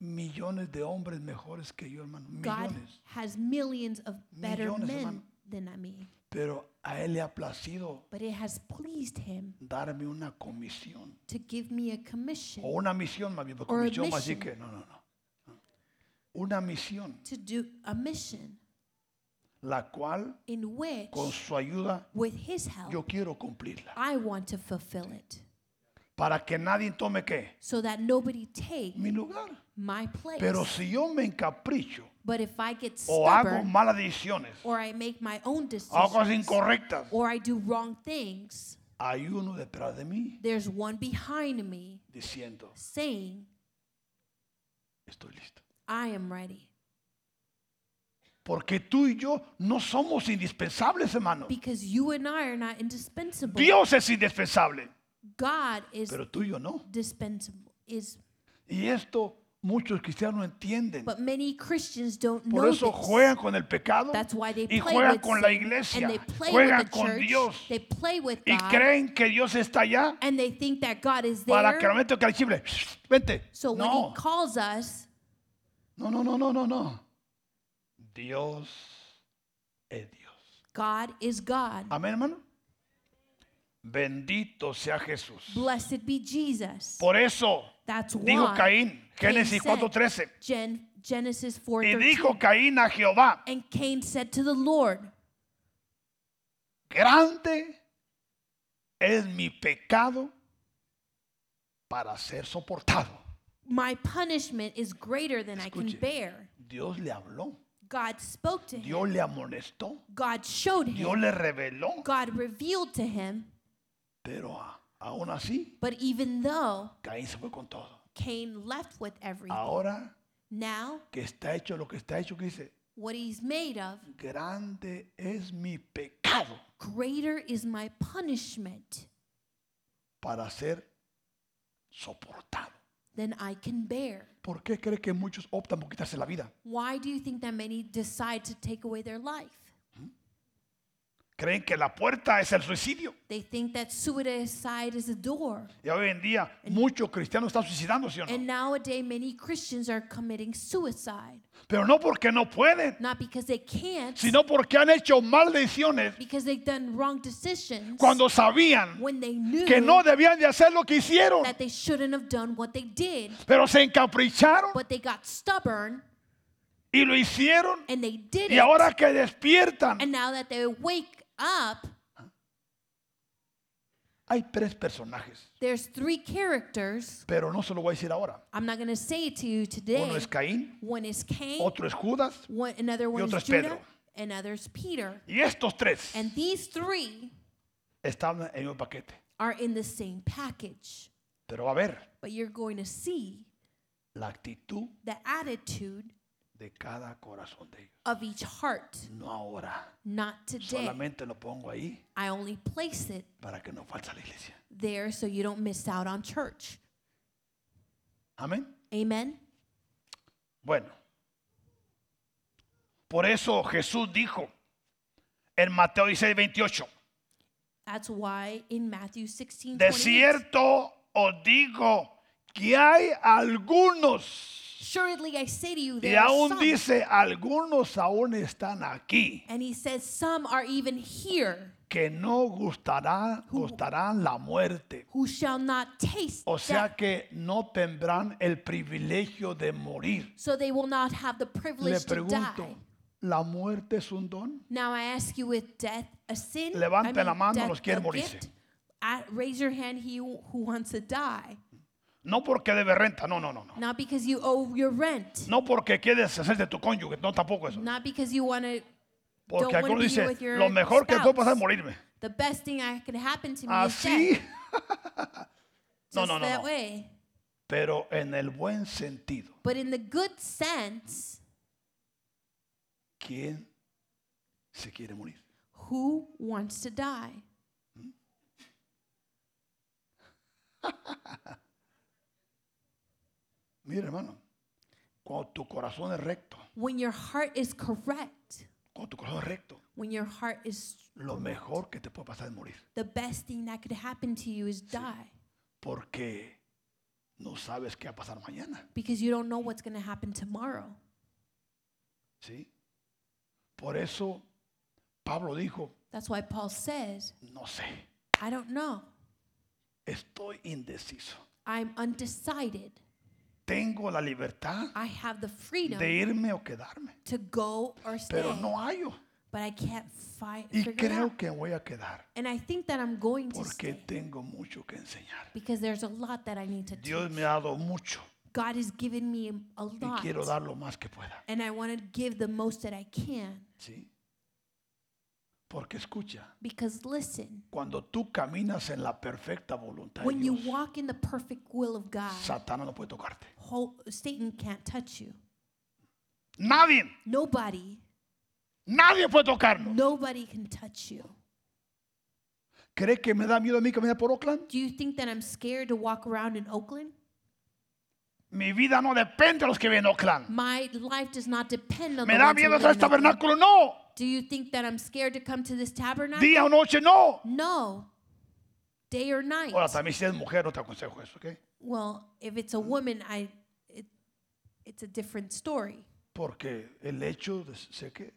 millones de hombres mejores que yo, hermano. God Millones. has millions of better Millones, men hermano. than me. Pero a Él le ha placido But it has pleased Him darme una comisión. to give me a O commission una misión, más bien, porque Or a comisión, más así mission. que no, no, no. Una misión, to do a mission la cual, in which, con su ayuda, with His help, yo quiero cumplirla. I want to fulfill it Para que nadie tome qué? so that nobody take Mi lugar. my place. Pero si yo me encapricho but if I get o hago stubborn malas decisiones, or I make my own hago cosas decisions incorrectas, or I do wrong things, hay uno detrás de mí there's one behind me diciendo, saying, estoy listo. I am ready. Porque tú y yo no somos indispensables, hermano. Because you and I are not indispensable. Dios es indispensable, God is pero tú y yo no. dispensable is Y esto muchos cristianos no entienden. but many Christians don't Por know eso this. juegan con el pecado That's why they y play juegan with con la sin, iglesia, and they play juegan with the con church, Dios they play with y God, creen que Dios está allá and they think that God is there. para que al momento que el chible, vente. so when No, He calls us, no, no, no, no, no, no. Dios es Dios. God is God. Amén, hermano. Bendito sea Jesús. Blessed be Jesus. Por eso That's dijo why Caín, Cain Génesis said, 4:13. Gen- Genesis 4 Y dijo Caín a Jehová, And Cain said to the Lord, grande es mi pecado para ser soportado. My punishment is greater than I can Escuche. bear. Dios le habló, God spoke to him. Dios le amonestó, God showed him. Dios le reveló, God revealed to him. pero a- aún así But even though Caín se fue con todo. Cain left with everything, Ahora now que está hecho lo que está hecho, que dice, what he's made of, grande es mi pecado greater is my punishment para ser soportado. than I can bear. ¿Por qué cree que muchos optan por quitarse la vida? Why do you think that many decide to take away their life? Creen que la puerta es el suicidio. They think that suicide is a door. Y hoy en día muchos cristianos están suicidando, ¿sí o no? And nowadays, many Christians are committing suicide. Pero no porque no pueden, Not because they can't, sino porque han hecho mal decisiones because they've done wrong decisions cuando sabían when they knew que no debían de hacer lo que hicieron, that they shouldn't have done what they did, pero se encapricharon but they got stubborn y lo hicieron. and they did Y it. ahora que despiertan, And now that they wake up, Hay tres personajes, There's three characters. pero no se lo voy a decir ahora. I'm not going to say it to you Uno today. es Caín, One is Cain, otro es Judas, one, another one otro is es Pedro. Judah, and others Peter. y estos tres And these three están en un paquete. are in the same package. Pero va a ver But you're going to see la actitud the attitude de cada corazón de ellos. of each heart. No ahora, Not today. solamente lo pongo ahí I only place it para que no falte la iglesia. there so you don't miss out on church. Amén. Amen. Bueno, por eso Jesús dijo en Mateo 16, 28, That's why in Matthew 16, de 28, cierto os digo que hay algunos, surely I say to you, y there are aún some. dice, algunos aún están aquí, And he says, some are even here que no gustarán, gustarán la muerte. who shall not taste O death. sea que no tendrán el privilegio de morir. So they will not have the Le privilege to die. pregunto, ¿la muerte es un don? Now I ask you, with death a sin? I Levanten mean, la mano death los quieren a morirse. gift? Ah, raise your hand, he who who wants to die. No porque debe renta, no, no, no. no. Not because you owe your rent. No porque quieres hacerte tu cónyuge, no tampoco eso. Not because you want to. Porque don't wanna algunos be dicen, with your lo mejor que puede spouse. pasar es morirme. Ah, The best thing that could happen to me is Así, death. No, Just no, no, that no. way. pero en el buen sentido. But in the good sense, ¿Quién se quiere morir? who wants to die? Mira, hermano, cuando tu corazón es recto, When your heart is correct, cuando tu corazón es recto, when your heart is lo mejor que te puede pasar es morir. the best thing that could happen to you is die Porque no sabes qué va a pasar mañana. because you don't know what's going to happen tomorrow. ¿sí? Por eso Pablo dijo, That's why Paul says, no sé, I don't know. estoy indeciso. I'm undecided. Tengo la libertad I have the freedom de irme o quedarme, to go or stay, pero no hallo. but I can't find Y figure it creo out. que voy a quedar And I think that I'm going to porque stay tengo mucho que enseñar. because there's a lot that I need to do. Dios me ha dado mucho God has given me a y lot. quiero dar lo más que pueda. And I want to give the most that I can. ¿sí? Porque escucha, Because listen, cuando tú caminas en la perfecta voluntad de when you Dios, walk in the perfect will of God, Satanás no puede tocarte. whole, Satan can't touch you. Nadie, Nobody, nadie puede tocarnos. nobody can touch you. ¿Cree que me da miedo a mí caminar por Oakland? Do you think that I'm scared to walk around in Oakland? Mi vida no depende de los que vienen a Oakland. My life does not depend on ¿Me the da ones who miedo live hacer in este Oakland. tabernáculo? No. Do you think that I'm scared to come to this tabernacle? Día o noche, no. No. Day or night. Ahora, también si eres mujer, no te aconsejo eso, ¿ok? Well, if it's a woman, I it, it's a different story. Porque el hecho, de, sé que...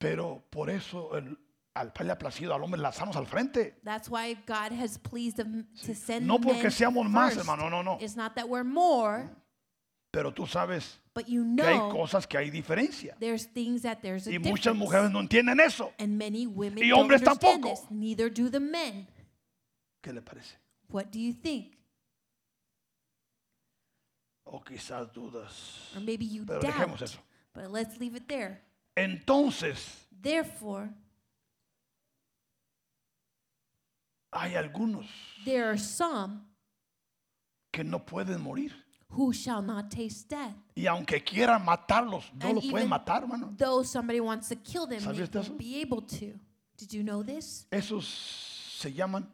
Pero por eso el- al Padre le ha placido al hombre lanzarnos al frente. That's why God has pleased them to send No the porque men seamos más, first. hermano, no, no. It's not that we're more, Pero tú sabes but you que hay know cosas que hay diferencia. there's things that there's a Y difference. muchas mujeres no entienden eso. and many women Y don't hombres understand tampoco. this. Neither do the men. ¿Qué le parece? What do you think? O quizás dudas. Or maybe you Pero doubt. dejemos eso. But let's leave it there. Entonces, Therefore, hay algunos there are some que no pueden morir. who shall not taste death. Y aunque quieran matarlos, no And los pueden even- matar, hermano. Though somebody wants to kill them, they ¿Sabías de eso? won't be able to. Did you know this? Esos se llaman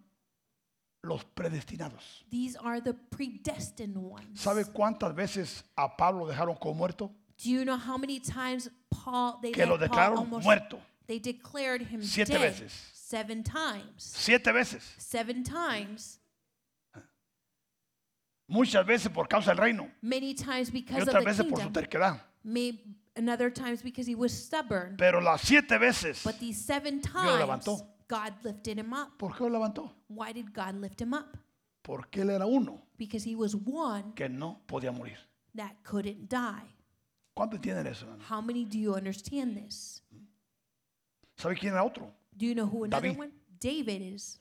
los predestinados. These are the predestined ones. ¿Sabe cuántas veces a Pablo dejaron como muerto? Do you know how many times Paul they Que lo let Paul declararon almost muerto. they declared him Siete dead veces. seven times. Siete veces. Seven times. Muchas veces por causa del reino. Many times Y because of otras the veces por su kingdom. terquedad. May, and other times because he was stubborn. Pero las siete veces. But these seven lo times levantó. God lifted him up. ¿Por qué lo levantó? Why did God lift him up? Porque él era uno Because he was one que no podía morir. that couldn't die. ¿Cuánto entienden eso? hermano? How many do you understand this? ¿Sabe quién era otro? Do you know who another David. one? David is.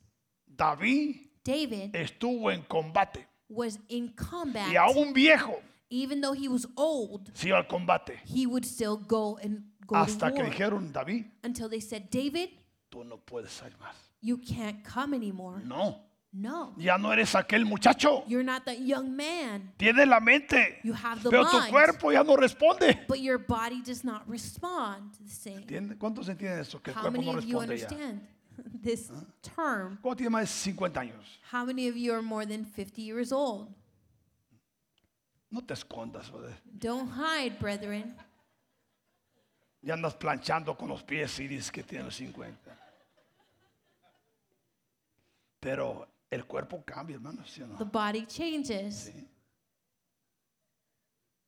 David David estuvo en combate. was in combat. Y aún viejo Even though he was old, se iba al combate. he would still go and go Hasta to que war dijeron, David, until they said, David, tú no puedes salir más. you can't come anymore. No, No, ya no eres aquel muchacho. you're not that young man, Tienes la mente, You have the pero tu mind. cuerpo ya no responde. but your body does not respond to the same. ¿Entiende? ¿Cuántos entienden eso? Que el How cuerpo many no of you responde ya. understand this term? ¿Cuánto tiene más de 50 años? How many of you are more than 50 years old? No te escondas, brother. Don't hide, brethren. Ya andas planchando con los pies y dices que tienes 50. Pero el cuerpo cambia, hermano, ¿sí o no? The body changes.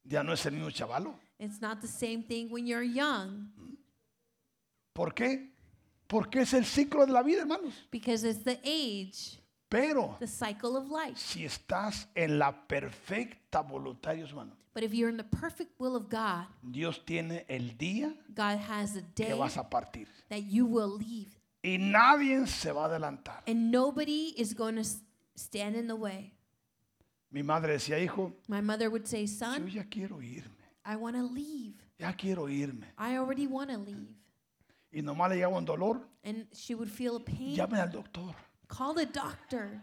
Ya no es el mismo chavalo. It's not the same thing when you're young ¿Por qué? Porque es el ciclo de la vida, hermanos. because it's the age, Pero the cycle of life. si estás en la perfecta voluntad de Dios, hermano, But if you're in the perfect will of God, Dios tiene el día God has a que day vas a partir. that you will leave, Y nadie se va a adelantar. and nobody is going to stand in the way. Mi madre decía, hijo, My mother would say, yo Son, ya quiero irme. I want to leave. Ya quiero irme. I already want to leave. Y nomás le llegaba un dolor. And she would feel a pain. Llamen al doctor. Call the doctor.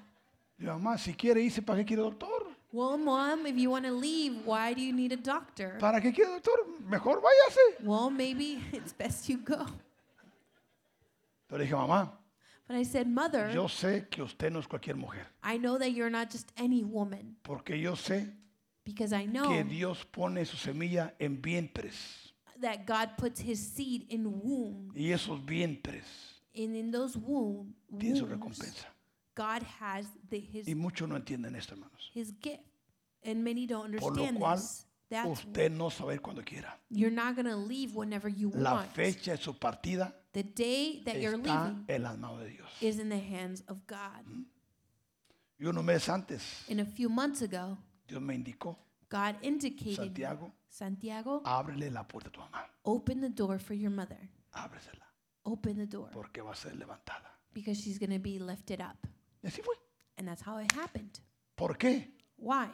Mi mamá, si quiere irse, ¿para qué quiere doctor? Well, mom, if you want to leave, why do you need a doctor? ¿Para qué quiere doctor? Mejor váyase. Well, maybe it's best you go. Pero le dije, mamá, But I said, Mother, yo sé que usted no es cualquier mujer. I know that you're not just any woman Porque yo sé because I que know Dios pone su semilla en vientres. that God puts his seed in womb. Y esos vientres And in those womb, tienen su wombs, recompensa. God has the, his, Y muchos no entienden esto, hermanos. his gift. And many don't Por lo understand cual, this. That's usted no sabe cuando quiera. you're not going to leave whenever you La want. fecha de su partida The day that you're está leaving en las manos de Dios. is in the hands of God. Y unos meses antes, And a few months ago, Dios me indicó, God indicated me, Santiago, Santiago, ábrele la puerta a tu mamá. open the door for your mother. Ábresela, Open the door porque va a ser levantada. because she's going to be lifted up. Y así fue. And that's how it happened. ¿Por qué? Why?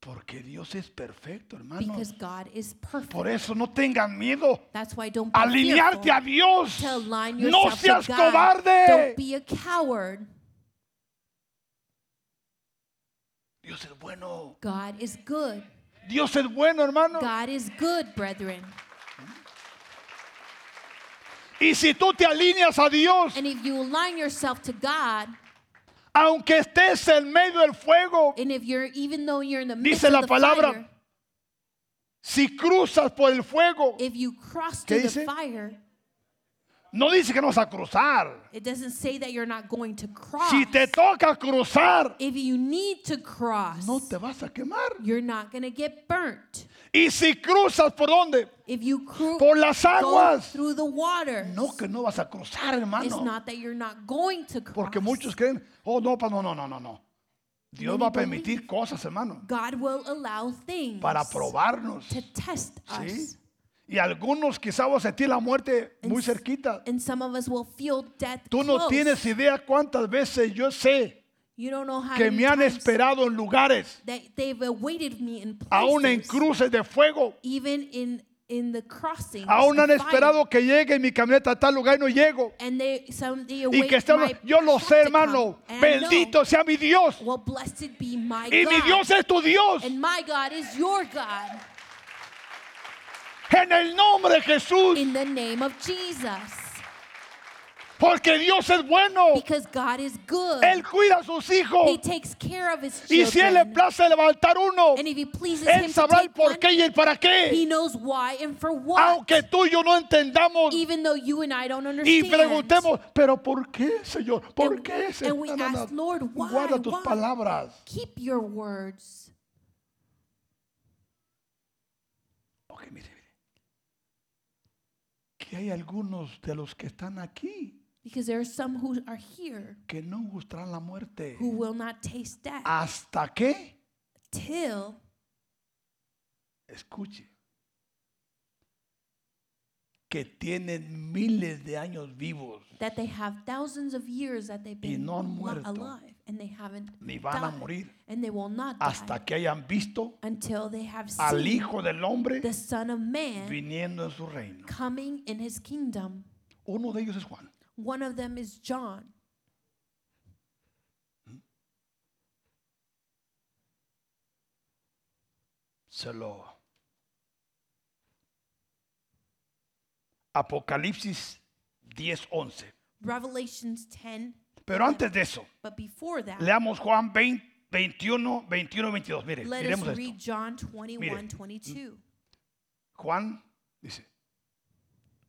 Porque Dios es perfecto, hermanos. Because God is perfect. Ah, Por eso no tengan miedo. That's why don't be Alinearte a fearful Dios. to align No yourself seas to God. Don't cobarde. be a coward. Dios es bueno. God is good. Dios es bueno, hermano. God is good, brethren. Y si tú te alineas a Dios, And if you align yourself to God, aunque estés en medio del fuego, and if you're even though you're in the midst Dice la of the palabra, fire, si cruzas por el fuego, if you cross ¿Qué through the dice? fire, no dice que no vas a cruzar. it doesn't say that you're not going to cross. Si te toca cruzar, If you need to cross, no te vas a quemar. you're not going to get burnt. Y si cruzas por dónde? If you cru- Por las go aguas. through the water, No que no vas a cruzar, it's hermano. not that you're not going to cross. Porque muchos creen, oh no, pa- no, no, no, no, no. Dios Many va a permitir cosas, hermano, God will allow things para probarnos. to test us. ¿sí? Y algunos quizás vas a sentir la muerte muy s- cerquita. And some of us will feel death Tú no close. tienes idea cuántas veces yo sé you don't know how que many me han times esperado en lugares, that they've awaited me in places, aún en cruces de fuego. even in in the crossing. Aún han esperado que llegue mi camioneta a tal lugar y no llego. And they, some, they Y await que estemos, my yo lo truck sé, to come. hermano. And I know, Bendito sea mi Dios. Well, blessed be my Y God. mi Dios es tu Dios. And my God is your God. En el nombre de Jesús. In the name of Jesus. Porque Dios es bueno. Because God is good. Él cuida a sus hijos. he takes care of his Y children. si Él le place levantar uno, and if he pleases him Él to sabrá el take por one, qué y el para he qué. knows why and for what. Aunque tú y yo no entendamos. even though you and I don't Y understand. preguntemos, pero ¿por qué, Señor? ¿Por And- qué, Señor? and we No, no, no. ask, Lord, why, Guarda tus why? palabras. Keep your words. Ok, mire, mire. Que hay algunos de los que están aquí Because there are some who are here que no gustarán la muerte. who will not taste death Ah. ¿Hasta qué? till Escuche. que tienen miles de años vivos that they have thousands of years that they've Y been no han li- muerto. alive and they haven't Ni van a died, morir. and they will not die hasta que hayan visto until they have al seen Hijo del Hombre the Son of Man viniendo en su reino. coming in his kingdom. Uno de ellos es Juan. One of them is John. Se lo. Apocalipsis 10:11. Revelations 10, Pero antes de eso, but before that, leamos Juan 20, 21, 21, 22. Mire, let miremos us esto. read John 21, Mire. Mm. 22. Juan dice,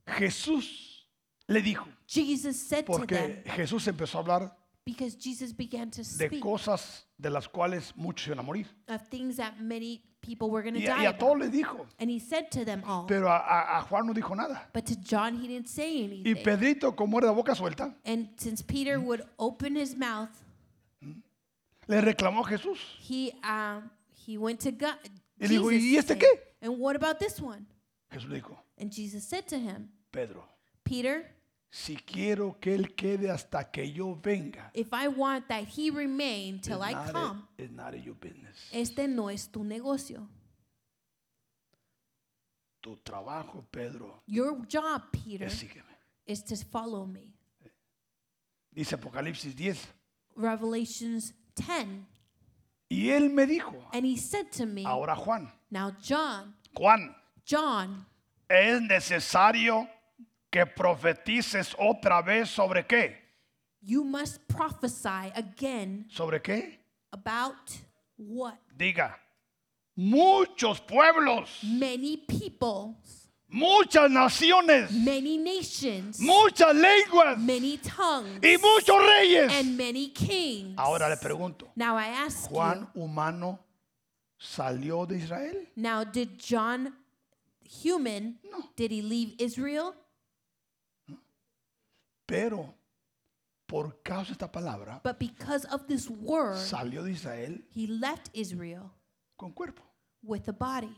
Jesús le dijo, Jesus said to them, porque Jesús empezó a hablar because Jesus began to de speak cosas de las cuales muchos iban a morir. of things that many people were going to Y, die y a about. todos les dijo, And he said to them all, pero a, a- a Juan no dijo nada. but to John he didn't say Y anything. Pedrito, como era de boca suelta, And since Mm. Peter would open his mouth, le reclamó a Jesús. he um, he went to God. Y le dijo, Jesus "¿Y este and- qué?" And what about this one? Jesús le dijo, And Jesus said to him, Pedro, Peter, si quiero que él quede hasta que yo venga, if I want that he remain till I it's not come, a- it's not your business. este no es tu negocio. Tu trabajo, Pedro, Your job, Peter, es sígueme. is to follow me. Dice Apocalipsis 10. Revelations 10. Y él me dijo, And he said to me, ahora Juan, Now, John, Juan, John, es necesario que profetices otra vez sobre qué? you must prophesy again ¿Sobre qué? about what? Diga, muchos pueblos, Many peoples, muchas naciones, many nations, muchas lenguas many tongues, y muchos reyes. and many kings. Ahora le pregunto, Now I ask you, ¿Juan humano salió de Israel? now did John human, No. did he leave Israel? Pero por causa de esta palabra, But because of this word, salió de Israel he left Israel con cuerpo. with a body.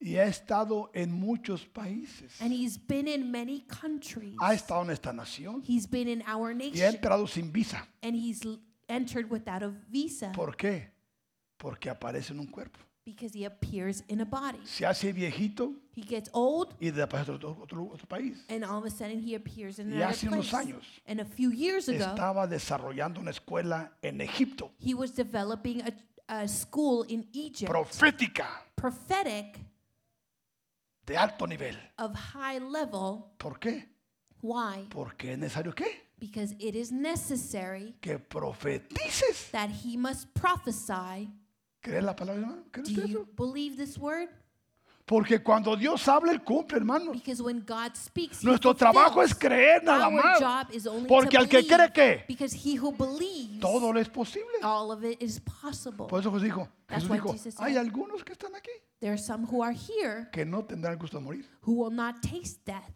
Y ha estado en muchos países. And he's been in many countries. Ha estado en esta nación. He's been in y our ha nation. entrado sin visa. And he's l- entered without a visa ¿Por qué? Porque aparece en un cuerpo. because he appears in a body. Se hace viejito He gets old, y de a otro, otro, otro país. and all of a sudden he appears in Y another hace unos place. años and a few years ago, Estaba desarrollando una escuela en Egipto, he was developing a, a school in Egypt, profética, prophetic de alto nivel. of high level. ¿Por qué? Why? Porque es necesario qué? Because it is necessary Que profetices. that he must prophesy. ¿Crees la palabra, hermano? ¿Creen Do ustedes you eso? believe this word? Porque cuando Dios habla, Él cumple, hermano. Because when God speaks, he Nuestro trabajo fulfills. es creer nada Our más. job is only Porque to al que cree believe, que because he who believes, todo lo es posible. all of it is possible. Por eso Jesús dijo, That's Jesús what dijo Jesus said. hay algunos que están aquí there are some who are here que no tendrán el gusto de morir. who will not taste death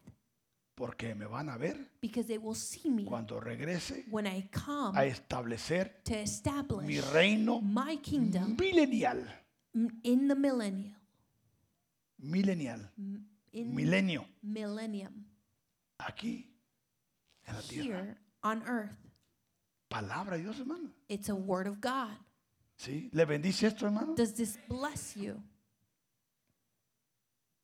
porque me van a ver because they will see me cuando regrese when I come a establecer to establish mi reino my kingdom milenial, m- in the millennium. milenial, m- In milenio, millennium, aquí en la tierra. here on earth. Palabra de Dios, hermano. It's a word of God. ¿Sí? ¿Le bendice esto, hermano? Does this bless you?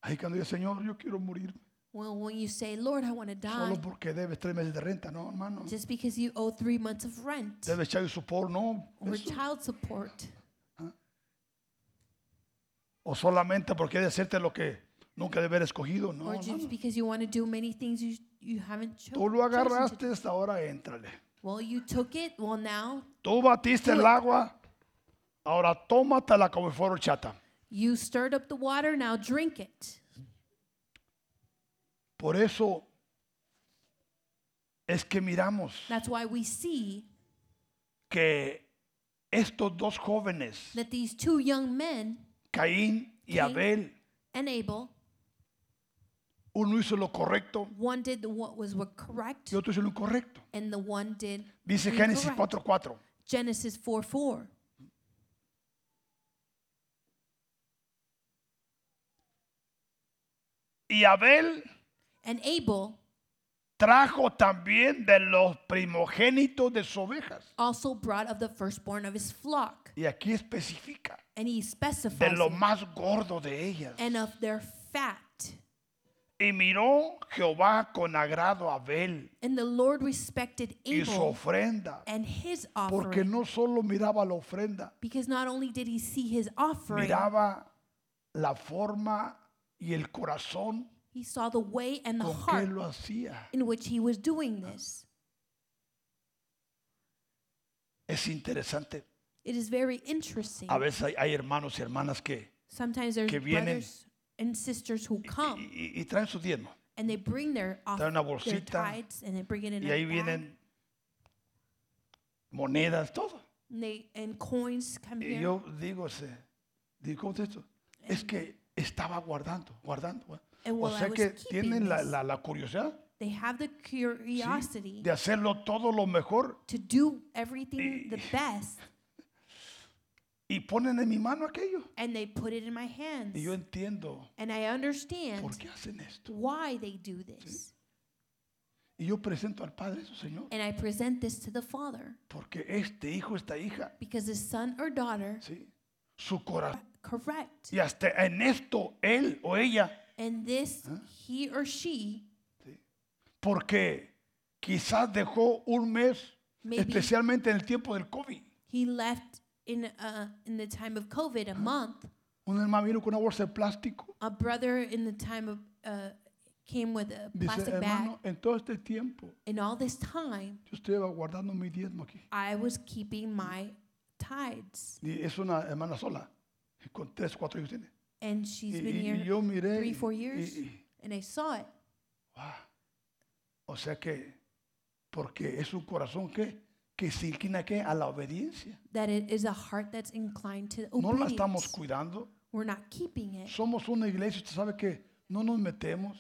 Ahí cuando dice, Señor, yo quiero morir Well, when you say, Lord, I want to die, solo porque debes tres meses de renta, no, hermano. just because you owe three months of rent Debes echar su por, no. or eso. child support, O solamente porque debes hacerte lo que nunca debe haber escogido, no. or just hermano. because you want to do many things you you haven't cho- Tú lo chosen to agarraste, do. hasta ahora éntrale. Well, you took it. Well, now Tú batiste el agua, ahora tómatela como si fuera chata. you stirred up the water. Now drink it. Por eso es que miramos That's why we see que estos dos jóvenes, that these two young men, Caín y Abel, and Abel, uno hizo lo correcto one did what was what correct, y otro hizo lo incorrecto. and the one did Dice the Génesis correct. 4:4. Genesis four four. Y Abel And Abel trajo también de los primogénitos de sus ovejas. also brought of the firstborn of his flock. Y aquí especifica, And he de specifies lo it, más gordo de ellas. and of their fat. Y miró Jehová con agrado a Abel And the Lord respected y su Abel ofrenda, and his porque offering. no solo miraba la ofrenda, Because not only did he see his offering, miraba la forma y el corazón he saw the way and the con que heart lo hacía. in which he was doing this. Es interesante. It is very interesting. A veces hay, hay hermanos y hermanas que Sometimes there's que vienen brothers and sisters who y, come y- y traen su diezmo and they bring their off- traen una their bolsita, tithes and they bring it in y a ahí bag, vienen monedas, todo. and, they, and coins come Y here. yo digo, ese- digo, ¿cómo es esto? Es que estaba guardando, guardando. gua- Eh. And O while I sea was que keeping tienen la, this, la- la curiosidad They have the ¿sí? curiosity de hacerlo todo lo mejor to do everything the Y- best, y ponen en mi mano aquello. and they put it in my hands. Y yo entiendo and I understand por qué hacen esto. why they do this. Y yo presento al Padre eso, Señor, And I present this to the father porque este hijo, esta hija, because his son or daughter, ¿sí? su corazón. correct. Y hasta en esto, él o ella, And this, he or she, ¿sí? porque quizás dejó un mes, Maybe. especialmente en el tiempo del COVID. he left in, uh, in the time of COVID, a month. Un hermano vino con una bolsa de plástico. A brother in the time of, uh, came with a Dice, plastic bag. hermano, en todo este tiempo In all this time, yo estoy guardando mi diezmo aquí. I was keeping my tithes. Y es una hermana sola, con tres, cuatro hijos tiene. And she's Y, been y- y here yo miré. three, y- four y- years. y- And I saw it. wow. O sea que, porque es un corazón que, que se inclina ¿qué? a la obediencia. That it is a heart that's inclined to No la estamos obedience. cuidando. We're not keeping it. Somos una iglesia, usted sabe que no nos metemos.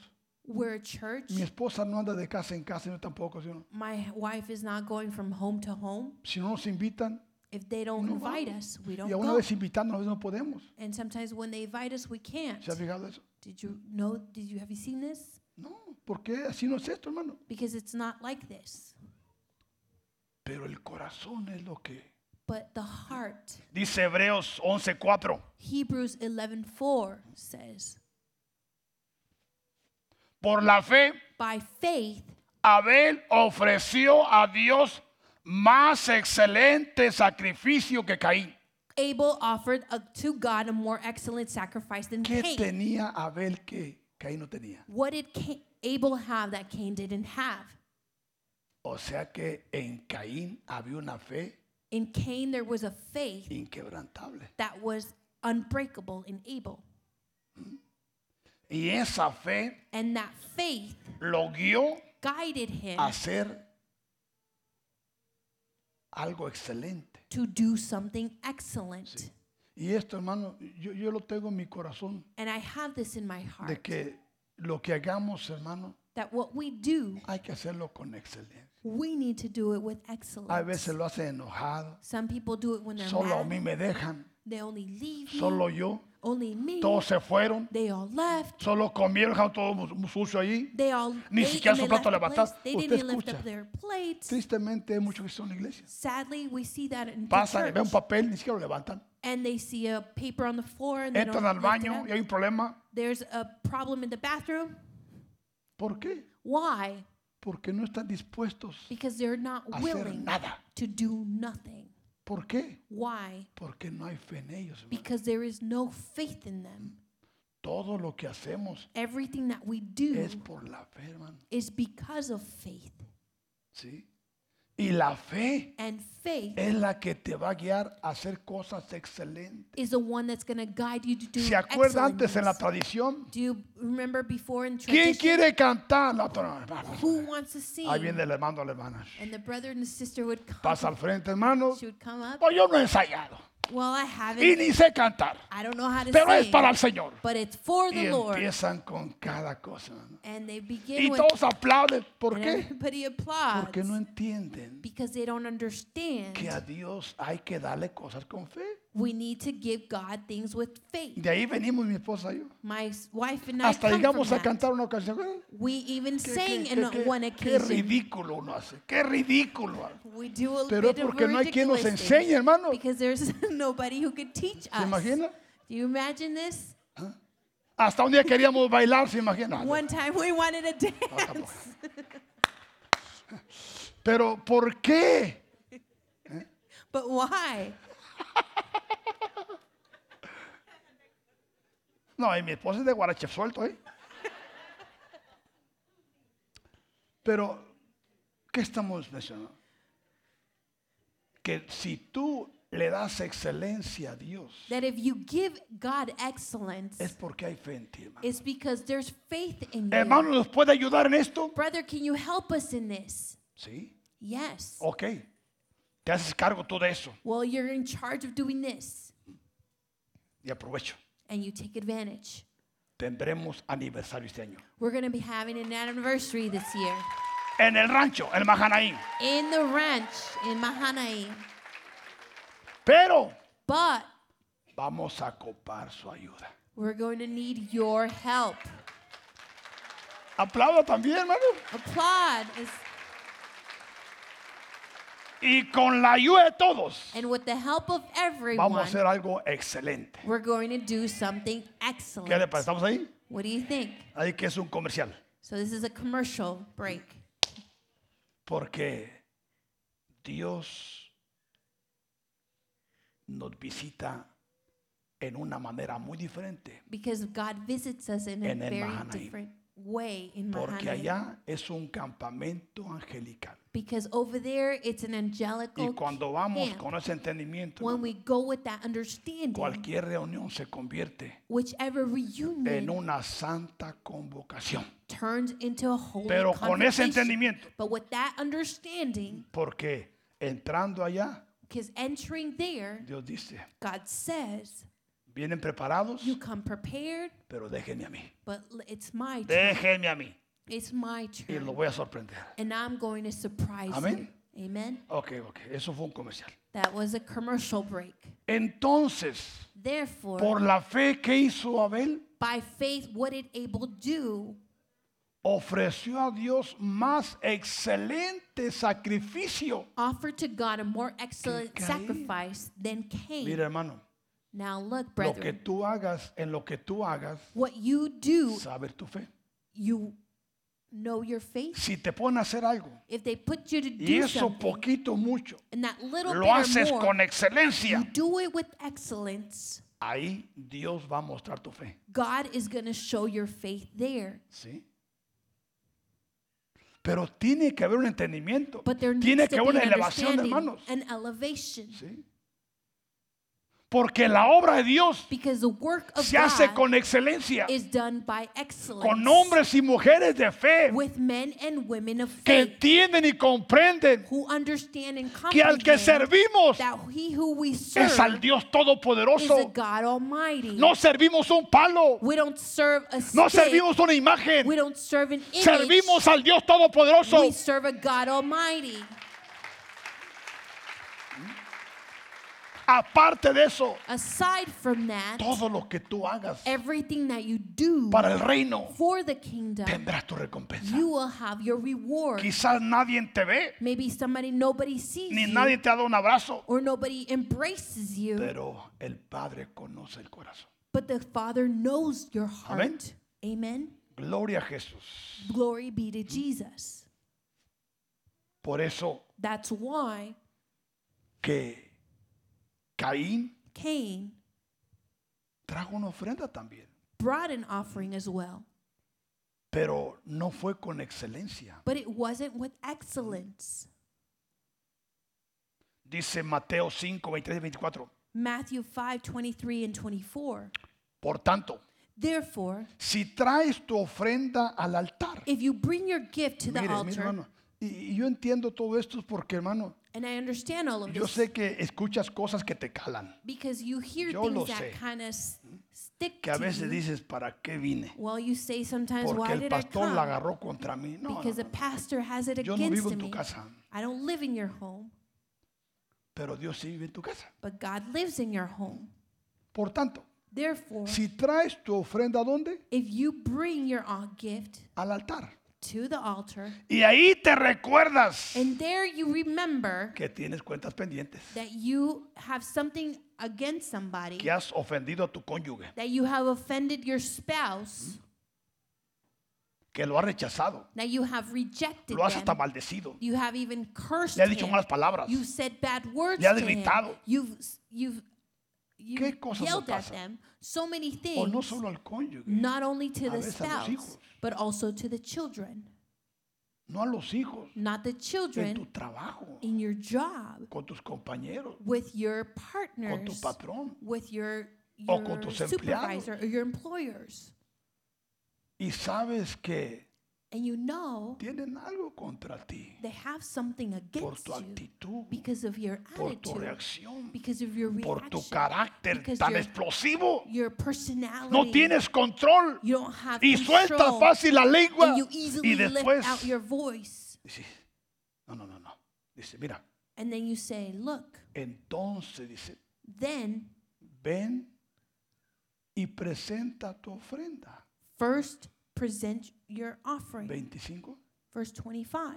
We're a church. Mi esposa no anda de casa en casa, yo tampoco. ¿sí o no? My wife is not going from home to home. Si no nos invitan, If they don't No invite us, we don't y a una go. vez invitando, a veces no podemos. And sometimes when they invite us, we can't. ¿Se ha fijado eso? Did you know? Did you have you seen this? No, porque así no es esto, hermano. Because it's not like this. Pero el corazón es lo que. But the heart, Dice Hebreos 11:4. Hebrews 11:4 says, Por la fe, by faith Abel ofreció a Dios más excelente sacrificio que Caín. Abel offered up to God a more excellent sacrifice than ¿Qué Cain. tenía Abel que Caín no tenía? What did Cain, Abel have that Cain didn't have? O sea que en Caín había una fe In Cain there was a faith inquebrantable. that was unbreakable in Abel, Y esa fe and that faith lo guió guided him a hacer algo excelente. to do something excellent. Y esto, hermano, yo, yo lo tengo en mi corazón, And I have this in my de heart que lo que hagamos, hermano, that what we do, hay que hacerlo con excelencia. we need to do it with A excellence. veces lo hacen enojado, Some people do it when they're solo a mad. mí me dejan, They only leave me. solo yo, only me. todos se fueron, They all left. solo comieron, dejaron todo mu- mu- sucio allí. They all Ni ate siquiera and su they left plato the levantado. place. They Usted didn't even lift escucha. up their plates. Tristemente hay muchos que son en la iglesia. Sadly, we see that in the Pasan, ven un church. papel, ni siquiera lo levantan. And they see a paper on the floor and they don't Entran al lift it baño up. y hay un problema. There's a problem in the bathroom. ¿Por qué? Why? Porque no están dispuestos Because they're a not hacer willing nada. to do nothing. ¿Por qué? Why? Porque no hay fe en ellos. hermano. Because there is no faith in them. Todo lo que hacemos Everything that we es do por la fe, hermano. is because of faith. ¿Sí? Y la fe And faith es la que te va a guiar a hacer cosas excelentes. is the one that's going to guide you to do ¿Se acuerda Mm, excellent antes en la things. tradición? Do you remember before in ¿Quién tradition? quiere cantar? La tra- vamos. Who wants to sing? Ahí viene el hermano o la hermana. And the brother and the sister would come. Pasa al frente, hermano. She would come up. Pues yo no he ensayado. Well, I Y haven't. ni sé cantar. I don't know how to Pero es sing. para el Señor. But it's for Y the Lord. empiezan con cada cosa. hermano. And they Y begin with. todos aplauden. ¿Por And qué? everybody applauds. Porque no entienden Because they don't understand que a Dios hay que darle cosas con fe. We need to give God things with faith. De ahí venimos mi esposa y yo. My s- wife and I Hasta come llegamos from a that. cantar una canción. "Eh, We even qué- sang qué- in qué- one qué- Qué occasion. ridículo uno hace. Qué ridículo. hace. We do a Pero es bit of porque no hay quien nos ridiculous enseñe, things hermano. Because there's nobody who could teach ¿Se us. imagina? Do you imagine this? Hasta un día queríamos bailar, se imagina. One time we wanted a dance. Pero ¿por qué? But why? No, y mi esposa es de guarache suelto, ¿eh? Pero, ¿qué estamos mencionando? Que si tú le das excelencia a Dios, That if you give God excellence, es porque hay fe en ti, hermano. it's because there's faith in you. Hermano, ¿nos puede ayudar en esto? Brother, can you help us in this? Sí, Yes. ok. Te haces cargo tú de eso Well, you're in charge of doing this y aprovecho. and you take advantage. Tendremos aniversario este año. We're going to be having an anniversary this year En el rancho, en Mahanaim. in the ranch in Mahanaim. Pero But vamos a copar su ayuda. we're going to need your help. Aplauda también, hermano. Applaud is, Y con la ayuda de todos. and with the help of Vamos a everyone, hacer algo excelente. we're going to do something ¿Qué le excellent. parece? ¿Estamos ahí? What do you think? Ahí que es un comercial. So this is a commercial break Porque Dios nos visita en una manera muy diferente. because God visits us in a En el very Mahanaim. different way in Porque Mahanaim. allá es un campamento angelical. Because over there it's an Y angelical cuando vamos camp. con ese entendimiento, when we go with that understanding, cualquier reunión se convierte whichever en reunion una santa convocación. turns into a holy Pero con ese convocation. entendimiento. But with that understanding, Porque entrando allá, because entering there, Dios dice, God says, vienen preparados, "You come prepared, pero déjenme a mí. but l- it's my turn. Déjenme a mí. It's my Y lo turn, voy a sorprender. and I'm going to surprise Amén. you." Amen. Ok, ok, eso fue un comercial. That was a commercial break. Entonces, Therefore, por la fe que hizo Abel, by faith, what did Abel do? ofreció a Dios más excelente sacrificio. Offer to God a more excellent Caín. sacrifice than Cain. Mira, hermano, Now look, lo que brethren, tú hagas, en lo que tú hagas, what you do, saber tu fe. you know your faith. Si te ponen a hacer algo, If they put you to y do eso something, poquito, mucho, and that little lo bit haces or more, con excelencia, you do it with excellence. ahí Dios va a mostrar tu fe. God is going to show your faith there. ¿Sí? Pero tiene que haber un entendimiento. But there Tiene needs que to haber be una an elevación, understanding, hermanos. an elevation, ¿Sí? Porque la obra de Dios because the work of se hace God con excelencia, is done by excellence, con hombres y mujeres de fe with men and women of que faith entienden y comprenden who understand and que al comprehend que servimos that he who we serve es al Dios is a Todopoderoso. God Almighty. No servimos un palo, we don't serve a no stick. servimos una We imagen, don't serve an image. servimos al Dios Todopoderoso. We serve a God Almighty. Aparte de eso, Aside from that, todo lo que tú hagas everything that you do para el reino for the kingdom, tendrás tu recompensa. you will have your reward. Quizás nadie te ve, Maybe somebody nobody sees ni you, nadie te ha dado un abrazo, or nobody embraces you, pero el Padre conoce el corazón. but the Father knows your heart. Amén. Amen. Gloria a Jesús. Glory be to Jesus. Por eso That's why que Caín Cain trajo una ofrenda también, brought an offering as well, pero no fue con excelencia. but it wasn't with excellence. Dice Mateo 5, 23 y 24. Matthew 5 23 and 24. Por tanto, Therefore, si traes tu ofrenda al altar, if you bring your gift to the mire, mire, altar, hermano, y, y yo entiendo todo esto porque, hermano, and I understand all of yo this sé que escuchas cosas que te calan, because you hear Yo lo things sé. that kind of stick que a to veces you. dices, ¿para qué vine? well, you say sometimes, Porque Pues Why el did I pastor come? la agarró contra mí. No, no, because the no. pastor has it yo no against vivo en tu me. casa. I don't live in your home. pero Dios sí vive en tu casa. but God lives in your home. Por tanto, Therefore, si traes tu ofrenda a dónde? if you bring your own gift Al altar. to the altar, Y ahí te recuerdas and there you remember que tienes cuentas pendientes, that you have something against somebody, que has ofendido a tu cónyuge, that you have offended your spouse, que lo has rechazado, that you have rejected Mm-hmm. lo has hasta them, maldecido, you have even cursed le has dicho him, malas palabras. you've said bad words has to him, gritado. you've you've you ¿Qué cosas no yelled at pasan? them, so many O things, no solo al cónyuge, not only a to the veces a los spouse, hijos. but also to the children, no a los hijos, not the en tu children trabajo, in your job, con tus compañeros, with your con tu partners, patrón. with your O your con tus supervisor or your employers, Y sabes que and you know tienen algo contra ti they have something por against tu you actitud, because of your por tu attitude, reacción, because of your por reaction, tu carácter because tan your, explosivo. your personality. No tienes control you don't have y sueltas control, fácil la lengua and you y easily después lift out your voice, dices, no, no, no, no. Dice, mira, and then you say, "Look, entonces dice, then ven y presenta tu ofrenda. first present your offering." 25. Verse 25.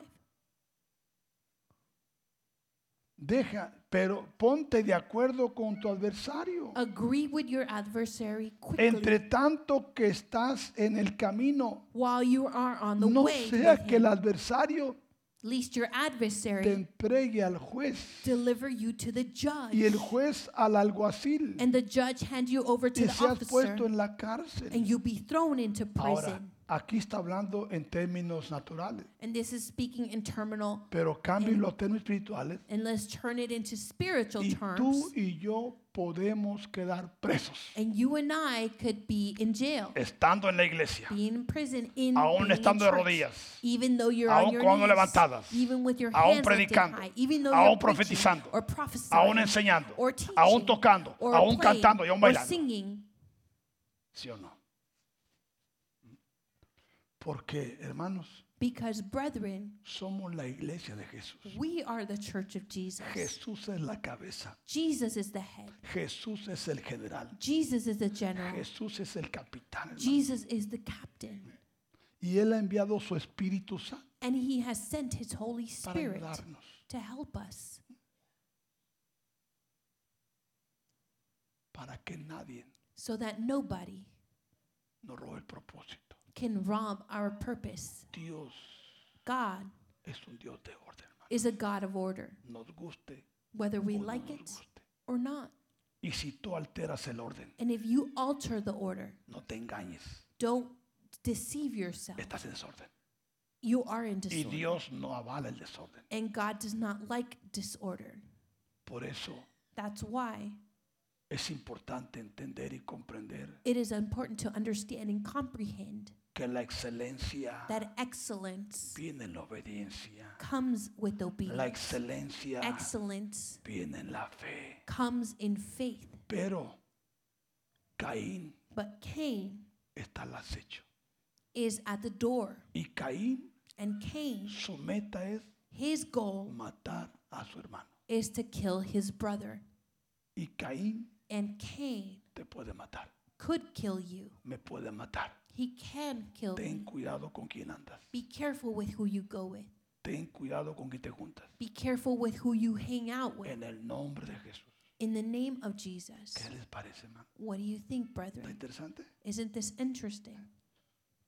Deja, pero ponte de acuerdo con tu adversario. Agree with your adversary quickly Entre tanto que estás en el camino, while you are on the no way, sea with que him, el adversario lest your te adversary entregue al juez deliver you to the judge, y el juez al alguacil and the judge hand you over to y the seas officer, puesto en la cárcel. and you be thrown into prison. Ahora, aquí está hablando en términos naturales, and this is speaking in terminal, pero cambien los términos espirituales and let's turn it into spiritual y terms. tú y yo podemos quedar presos and you and I could be in jail, estando en la iglesia, being in prison, in Aún being in estando de church, rodillas, even though you're aún on your cuando knees, levantadas, even with your aún hands lifted predicando, high, even though aún you're preaching profetizando, or prophesying, aún enseñando, or teaching, aún tocando, or aún playing, cantando y aún or bailando. singing. ¿Sí o no? Porque, hermanos, Because brethren, somos la iglesia de Jesús. we are the church of Jesus. Jesús es la cabeza. Jesus is the head. Jesús es el general. Jesus is the general. Jesús es el capitán. hermano. Jesus is the captain. Y Él ha enviado su Espíritu Santo And he has sent his Holy para Spirit ayudarnos. to help us Para que nadie so that nobody nos robe el propósito. can rob our purpose. Dios God es un Dios de orden, hermano. is a God of order, Nos guste whether o we no like nos it guste. or not. Y si tú alteras el orden, And if you alter the order, no te engañes. don't deceive yourself. Estás en desorden. You are in Y disorder. Dios no avala el desorden. And God does not like disorder. Por eso That's why es importante entender y comprender it is important to understand and comprehend que la excelencia that excellence viene en la obediencia. comes with La obedience. excelencia Excellence viene en la fe. comes in faith. Pero Caín But Cain está al acecho. is at the door. Y Caín, And Cain, su meta es his goal matar a su hermano. is to kill his brother. Y Caín And Cain te puede matar, could kill you. me puede matar. He can kill Ten you. cuidado con quién andas. Be careful with who you go with. Ten cuidado con quién te juntas. Be careful with who you hang out with. En el nombre de Jesús. In the name of Jesus. ¿Qué les parece, hermano? What do you think, ¿Está brethren? interesante? Isn't this interesting?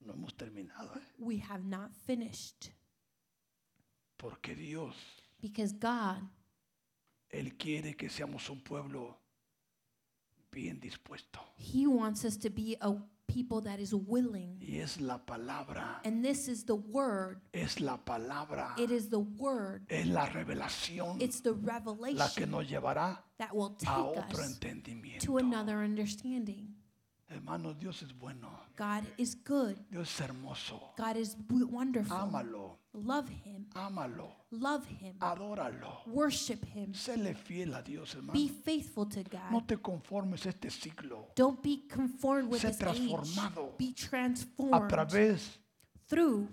No hemos terminado, ¿eh? We have not finished Porque Dios, because God, Él quiere que seamos un pueblo bien dispuesto. He wants us to be a people that is willing. Y es la palabra, And this is the word. es la palabra, It is the word. es la revelación It's the la que revelation nos llevará that will take a otro us entendimiento. to another understanding. Hermano, Dios es bueno, God is good. Dios es hermoso. God is w- wonderful. Ámalo, Love Him. ámalo, Love Him. adóralo. Worship Him. Séle fiel a Dios, Be hermano. faithful to No God. te conformes a este siglo Don't be conformed with Sé this age. transformado Be a transformed través through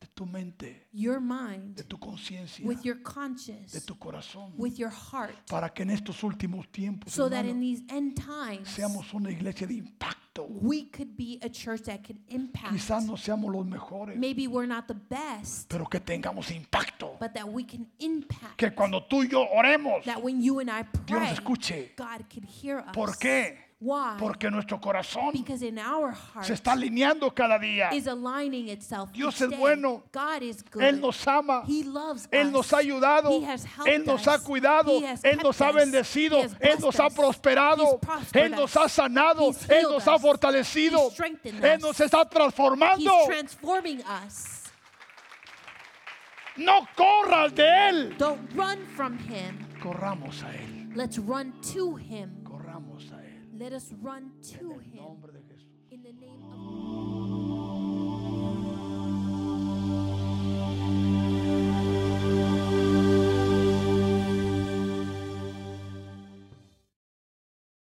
de tu mente, de your mind tu conciencia, with your de conscience, tu corazón, with your heart, para que en estos últimos tiempos so that hermano, in these end times, seamos una iglesia de impacto. we could be a church that could impact. Quizás no seamos los mejores, Maybe we're not the best, pero que tengamos impacto. but that we can impact. Que cuando tú y yo oremos, That when you and I Dios nos pray, escuche. God could hear us. ¿Por qué? Why? Porque nuestro corazón because in our heart se está alineando cada día. is aligning itself. Dios each es day. bueno. God is good. Él nos ama. He loves Él us. nos ha ayudado, He has helped Él nos ha us. cuidado, He has Él kept nos ha us. bendecido, He has Él nos ha blessed us. He's prosperado, prospered Él nos us. ha sanado, He's Él healed nos ha us. fortalecido, He's strengthened Él us. nos está transformando. He's transforming us. No corras de Él. Don't run from Him. Corramos a Él, Let's run to Him. corramos a Él. Let us run En to el Him nombre de Jesús. in the name of